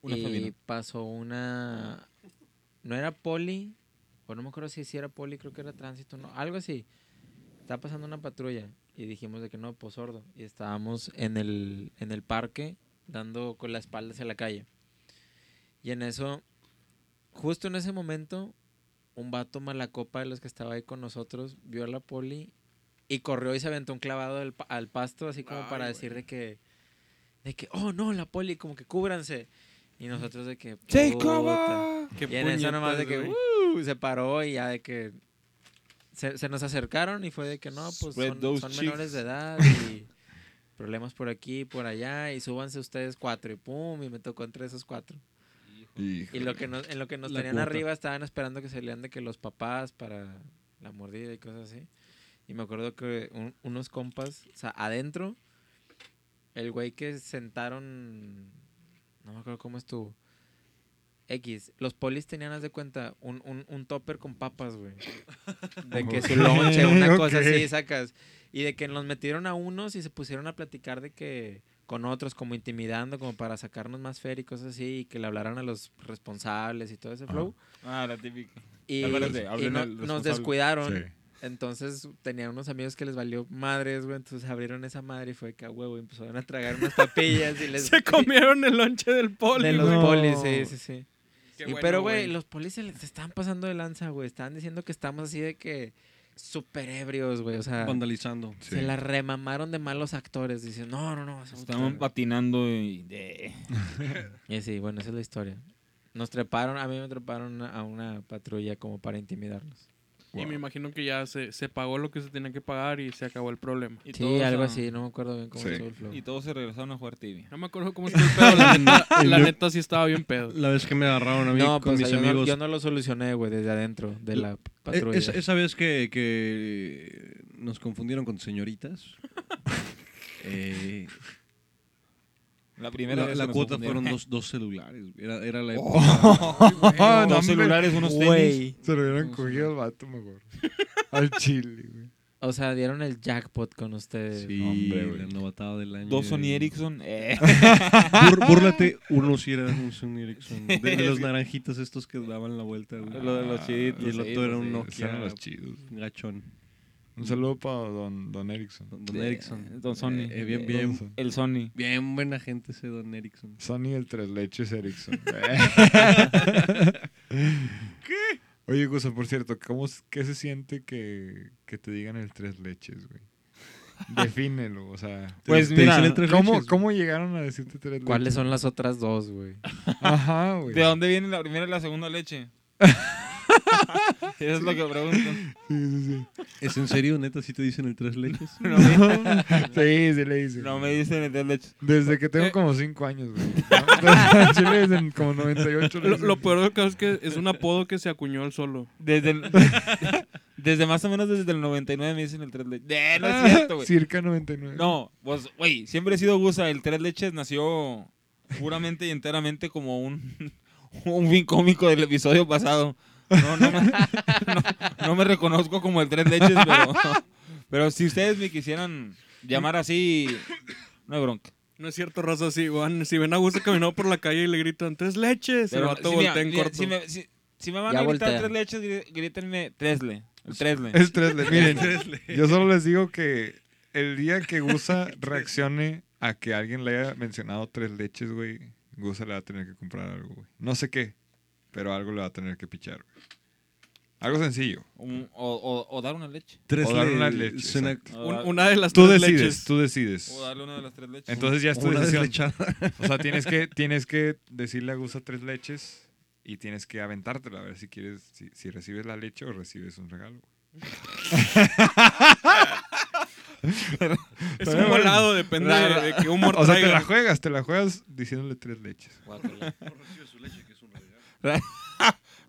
F: Una
H: y
F: femina.
H: pasó una... No era poli, o no me acuerdo si sí era poli, creo que era tránsito, no, algo así. Estaba pasando una patrulla y dijimos de que no, pues sordo. Y estábamos en el, en el parque dando con la espalda hacia la calle. Y en eso, justo en ese momento, un vato malacopa de los que estaba ahí con nosotros vio a la poli y corrió y se aventó un clavado al, pa- al pasto, así como
E: Ay,
H: para
E: güey.
H: decir de que, de que, oh no, la poli, como que cúbranse. Y nosotros de que, "Puta".
E: Qué
H: Y en eso nomás de que
E: puñetas, güey.
H: "Uh", se paró y ya de que se, se nos acercaron y fue de que no, pues
F: Spread
H: son,
F: those
H: son
F: cheeks.
H: menores de edad y problemas por aquí y por allá y súbanse ustedes cuatro y pum, y me tocó entre esos cuatro.
G: Híjole.
H: Y lo que nos- en lo que nos
I: La
H: tenían
I: cuota.
H: arriba estaban esperando que salieran de que los papás para la mordida y cosas así. Y me acuerdo que un- unos compas, o sea, adentro, el güey que sentaron, no me acuerdo cómo estuvo. X, los polis tenían, haz de cuenta, un, un, un topper con papas, güey. De que su lonche, una cosa
G: ok.
H: así, sacas. Y de que nos metieron a unos y se pusieron a platicar de que con otros, como intimidando, como para sacarnos más fer y cosas así, y que le hablaran a los responsables y todo ese flow.
F: Ah, la típica.
H: Y,
F: Acuérdate,
H: y
F: hablen
H: no-
F: al
H: nos
F: responsable.
H: descuidaron.
G: Sí.
H: Entonces tenían unos amigos que les valió madres, güey. Entonces abrieron esa madre y fue que a huevo y empezaron a tragar unas papillas y les.
E: Se comieron el lonche del poli.
H: De los
E: güey.
H: polis, sí, sí, sí.
E: Qué
H: Y
E: bueno,
H: pero, güey, los polis se les estaban pasando de lanza, güey. Estaban diciendo que estamos así de que súper ebrios, güey. O sea,
I: Vandalizando.
H: se la remamaron de malos actores. Dicen, no, no, no. somos
F: Estaban
H: tan-".
F: patinando y. de-
H: Y sí, bueno, esa es la historia. Nos treparon, a mí me treparon a una patrulla como para
E: Y
H: intimidarnos.
G: Wow.
E: me imagino que ya se, se pagó lo que se tenía que pagar y se acabó el problema.
F: Y
H: Sí,
F: todos
H: algo
F: a-
H: así, no pues, me acuerdo bien cómo
G: Sí.
H: estuvo el flow.
F: Y todos se regresaron a jugar tibia.
E: No me acuerdo cómo estuvo el pedo. La neta,
I: El
E: la
I: look-
E: neta sí estaba bien pedo.
I: La vez que me agarraron a mí
H: Ah, No,
I: con
H: pues
I: mis
H: yo, no,
I: amigos.
H: yo no lo solucioné, güey, desde adentro de la
I: Eh,
H: patrulla.
I: esa, esa vez que, que nos confundieron con señoritas. eh,
F: La
I: la,
F: primera vez que
I: la
F: nos
I: cuota
F: confundieron.
I: fueron dos, dos celulares. güey. Era, era la
H: Oh.
I: época.
G: Ah, no,
F: dos
G: hombre.
F: celulares, unos tenis.
G: Se lo hubieran cogido al vato mejor. Al chile, güey.
H: O sea, dieron el jackpot con ustedes.
I: Sí,
G: hombre, güey.
I: la novatada del año.
F: Dos Sony Ericsson. Eh.
I: Bur- búrlate, uno sí era un Sony Ericsson. De, de los naranjitos estos que daban la vuelta. güey.
F: Lo de los chiditos,
I: Y el
F: sí,
I: otro era
F: sí,
I: un
G: Esos eran
I: Nokia
G: los chidos.
I: gachón.
G: Un saludo para don, don Erickson.
I: Don, don Ericsson.
F: Don Sony.
I: Eh, eh, bien, bien,
G: Don-
F: El Sony.
I: bien buena gente ese Don Ericsson.
G: Sony el Tres Leches Erickson. ¿Qué? Oye, Gusa, por cierto, ¿cómo, s- ¿qué se siente que, que te digan el Tres Leches, güey? Defínelo, o sea.
F: Pues
I: Te
F: mira,
I: dicen el tres
G: ¿Cómo,
I: leches,
G: ¿Cómo llegaron a decirte tres leches?
H: ¿Cuáles son las otras dos, güey?
G: Ajá, güey.
F: ¿de dónde viene la primera y la segunda leche? Eso es lo que pregunto.
I: ¿Es en serio, neta, si te dicen el tres leches?
F: No me,
G: Sí, sí le dicen.
F: no me dicen el tres leches.
G: Desde que tengo
E: Eh.
G: como 5 años, güey. Al Chile desde como 98. le
E: Lo,
G: dicen.
E: lo peor del caso es que es un apodo que se acuñó él solo.
F: Desde, el- desde más o menos desde el 99 me dicen el tres leches. Eh, no es cierto, güey.
G: Circa 99.
F: No, pues, güey, siempre he sido gusa. El Tres Leches nació puramente y enteramente como un, un fin cómico del episodio pasado. No, no me, no- no me reconozco como el Tres Leches, pero, pero si ustedes me quisieran llamar así, no hay bronca.
E: No es cierto, raza, sí, Juan. Si ven a Gusto caminando por la calle y le gritan tres leches,
F: Pero
E: el vato
F: si, mira,
E: voltea en
F: mira,
E: corto.
F: si me, si- si me van
H: Ya
F: a gritar
H: voltea.
F: Tres Leches, grí- grítenme Tresle. El Tresle.
G: Es tres leches. Miren, yo solo les digo que el día que Gusa reaccione a que alguien le haya mencionado tres leches, güey, Gusa le va a tener que comprar algo, güey. No sé qué, pero algo le va a tener que pichar, güey. Algo sencillo.
F: Un- o, o- o dar una leche.
I: Tres
G: O dar una
I: le-
G: leche,
I: suena-
E: Un-
F: O dar-
E: una de las
G: Tú
E: tres
G: decides,
E: leches.
G: tú
F: o
G: decides.
F: darle una de las tres leches.
G: Entonces ya es tu
I: una
G: decisión.
I: deslechada.
G: O sea, tienes que, tienes que decirle a Gusa tres leches y tienes que aventártela a ver si quieres, si, si recibes la leche o recibes un regalo.
E: Es un volado, depende de, de qué humor
G: O sea, te
E: traiga.
G: la juegas, te la juegas diciéndole tres leches.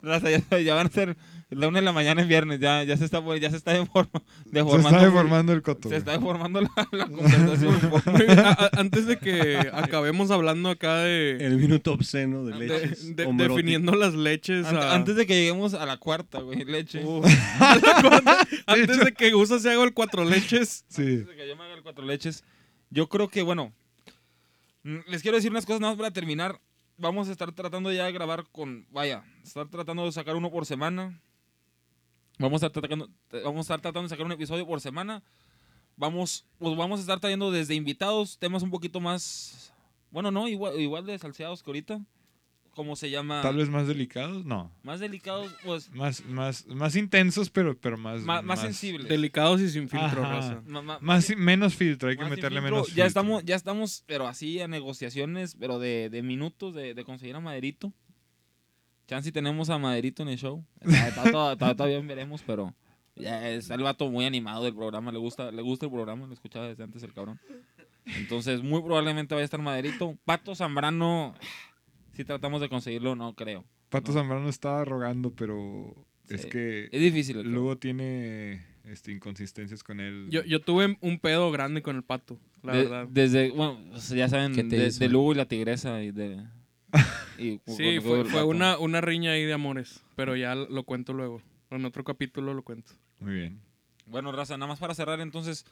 F: Raza, ya, ya van a ser la una de la mañana en viernes, ya, ya se está pues, ya se está deforma-
G: Se
F: deformando.
G: está deformando el coto.
F: se
G: güey.
F: está deformando la, la conversación. un poco.
E: Muy bien, a- a- Antes de que acabemos hablando acá de,
I: El minuto obsceno de
E: de-
I: leches.
E: de-
I: homoerótico.
E: definiendo las leches.
F: Ant-
E: a-
F: antes de que lleguemos a la cuarta, güey, leche.
E: Uf. A la cuarta- antes de que Gusa se haga el cuatro leches.
G: Sí.
F: Antes de que yo me haga el cuatro leches. Yo creo que, bueno, mm, les quiero decir unas cosas nada más para terminar. Vamos a estar tratando ya de grabar con, vaya, estar tratando de sacar uno por semana. Vamos a estar tratando, vamos a estar tratando de sacar un episodio por semana. Vamos, pues vamos a estar trayendo desde invitados temas un poquito más, bueno, no, igual, igual de salseados que ahorita. ¿Cómo se llama?
G: Tal vez más delicados, no.
F: Más delicados, pues,
G: Más, más, más intensos, pero, pero Pues más,
F: ma- más, sensibles.
E: Delicados y sin filtro,
G: Ajá.
E: raza.
F: Ma- ma-
G: Más, menos filtro, hay que
F: Más sin
G: meterle
F: filtro,
G: menos
F: Ya
G: filtro.
F: estamos, ya estamos, pero así a negociaciones, pero de, de minutos de, de conseguir a Maderito. Chance si tenemos a Maderito en el show. Está- está todo- está- todavía veremos, pero ya está el vato muy animado del programa. Le gusta, le gusta el programa, lo escuchaba desde antes el cabrón. Entonces, muy probablemente vaya a estar Maderito. Pato Zambrano, si tratamos de conseguirlo, no creo.
G: Pato
F: No.
G: Zambrano estaba rogando, pero es
F: Sí.
G: que
F: Es difícil. el cabrón.
G: luego tiene este, inconsistencias con él.
E: Yo, yo tuve un pedo grande con el pato, la
F: De-
E: verdad.
F: desde, bueno, o sea, ya saben,
H: ¿Qué te
F: de,
H: hizo?
F: de Lugo y la Tigresa y de... y-
E: Sí,
F: con- con
E: fue,
F: el
E: fue
F: vato.
E: una, una riña ahí de amores, pero ya lo lo cuento luego. En otro capítulo lo cuento.
G: Muy bien.
F: Bueno, raza, nada más para cerrar entonces,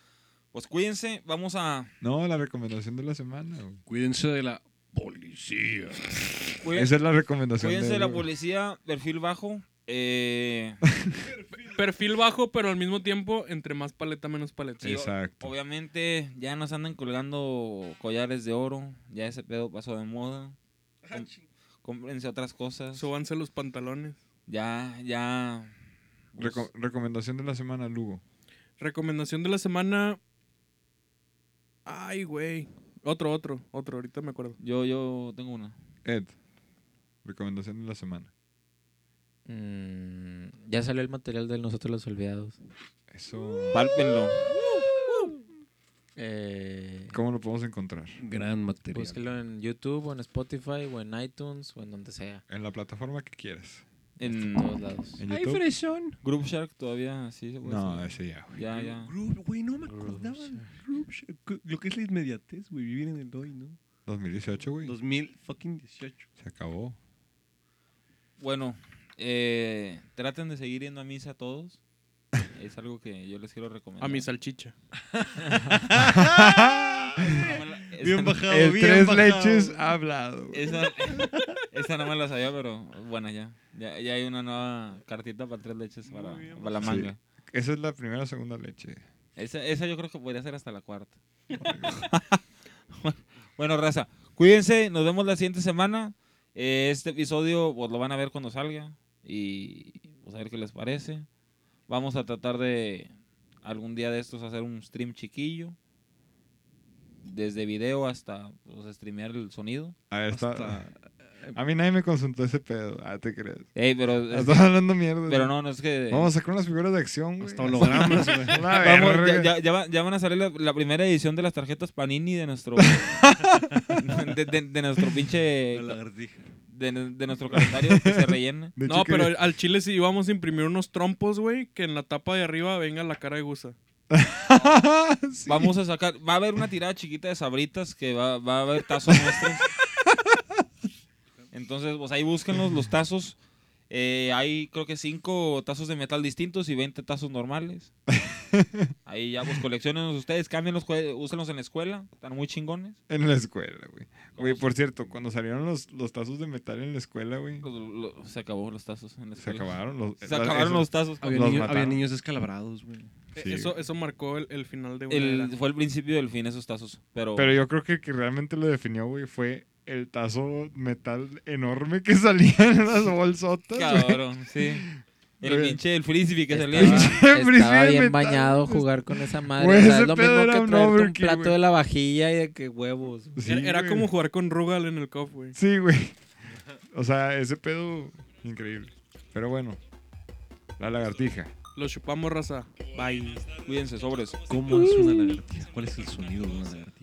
F: pues cuídense, vamos a...
G: No, la recomendación de la semana. güey.
I: Cuídense de la policía.
F: cuí-
G: Esa es la recomendación
F: Cuídense
G: de
F: de
G: él,
F: la
G: güey.
F: policía, perfil bajo. eh,
E: Perfil bajo, pero al mismo tiempo, entre más paleta, menos paleta.
F: Sí.
G: Exacto.
F: obviamente ya nos andan colgando collares de oro, ya ese pedo pasó de moda. Com- Cómprense otras cosas.
E: Súbanse los pantalones.
F: Ya, ya... pues,
G: Reco- recomendación de la semana, Lugo.
E: Recomendación de la semana. Ay, güey. Otro, otro, otro, ahorita me acuerdo.
F: yo, yo tengo una.
G: Ed, recomendación de la semana.
H: Mm, ya salió el material de Nosotros los Olvidados.
G: Eso.
F: Uh. Pálpenlo.
H: Eh,
G: ¿Cómo lo podemos encontrar?
I: Gran
G: Pues
I: material.
H: búsquelo en YouTube o en Spotify o en iTunes o en donde sea.
G: En la plataforma que quieras.
H: En
F: En
H: todos lados.
G: ¿En YouTube?
F: Group Shark todavía, sí. se puede
G: No,
F: hacer.
G: ese ya, güey.
F: Ya, Ah, ya.
J: Groove, güey, no me acordaba. del Groove Shark. Cu- Lo que es la inmediatez, güey, vivir en el hoy, ¿no?
G: 2018, güey.
J: 2018.
G: Se acabó.
F: Bueno, eh, traten de seguir yendo a misa todos. Es algo que yo les quiero recomendar.
E: A mi salchicha.
F: No me la- esa
J: Bien
F: no-
J: bajado,
G: El
J: bien
G: tres
J: bajado.
G: leches ha hablado. güey.
F: Esa, esa no me la sabía, pero bueno, ya. Ya, ya hay una nueva cartita para tres leches para,
J: bien,
F: para la
G: sí.
F: manga.
G: Esa es la primera o segunda leche.
F: Esa, esa yo creo que podría ser hasta la cuarta. bueno, raza, cuídense. Nos vemos la siguiente semana. Eh, este episodio pues, lo van a ver cuando salga. Y pues, a ver qué les parece. Vamos a tratar de algún día de estos hacer un stream chiquillo. Desde video hasta pues, streamear el sonido.
G: A ver, Ah, está-
I: Hasta-
G: A mí nadie me consultó ese pedo. Ah, te crees.
F: Ey, pero,
G: Estás hablando mierda.
F: pero no, eh. no es que.
G: Vamos a sacar unas figuras de acción, güey.
I: Hasta hologramas, güey.
G: Una
F: Vamos,
G: verga.
F: ya, ya- ya va- ya van a salir la, la primera edición de las tarjetas Panini de nuestro de, de- de nuestro pinche
J: La lagartija.
F: de, de nuestro calendario que se rellene.
G: De hecho,
E: No, pero
G: quería-
E: al chile sí íbamos a imprimir unos trompos, güey, que en la tapa de arriba venga la cara de Gusa.
G: Sí.
F: Vamos a sacar, va a haber una tirada chiquita de sabritas que va, va a haber tazos nuestros. Entonces, pues ahí búsquenlos los tazos. Eh, hay creo que cinco tazos de metal distintos y 20 tazos normales. Ahí ya pues coleccionen ustedes, cámbienlos, cue- úsenlos en la escuela, están muy chingones.
G: En la escuela, güey. Güey, por cierto, cuando salieron los, los tazos de metal en la escuela, güey,
F: Los- Pues, lo- se acabó los tazos en la
G: se
F: escuela.
G: acabaron los...
F: Se
G: la-
F: acabaron
G: eso-
F: los tazos.
I: Había,
G: Los
I: niño- había
G: mataron.
I: niños descalabrados, güey.
G: Sí,
E: Eh, eso,
G: güey.
E: eso marcó el, el final de una era.
F: El- fue el principio del fin esos tazos. Pero,
G: Pero yo creo que el que realmente lo definió, güey, fue el tazo metal enorme que salía en las bolsotas, güey.
F: cabrón, sí. El
G: Güey.
F: pinche el frisbee que salía.
H: Estaba,
G: Siempre
H: estaba
G: sí,
H: bien
G: metal. pues.
H: bañado jugar con esa madre.
G: Güey,
H: o sea,
G: ese
H: es lo
G: pedo
H: mismo que
G: era
H: traerte
G: un
H: un
G: overkill,
H: plato
G: güey.
H: de la vajilla y de que huevos. güey.
G: Sí,
E: Era- era
G: güey.
E: como jugar con Rugal en el COF, güey.
G: Sí, güey. O sea, ese pedo increíble. Pero bueno, la lagartija.
E: Lo chupamos, raza. Bye.
F: Cuídense, sobres.
I: ¿Cómo es una lagartija? ¿Cuál es el sonido de una lagartija?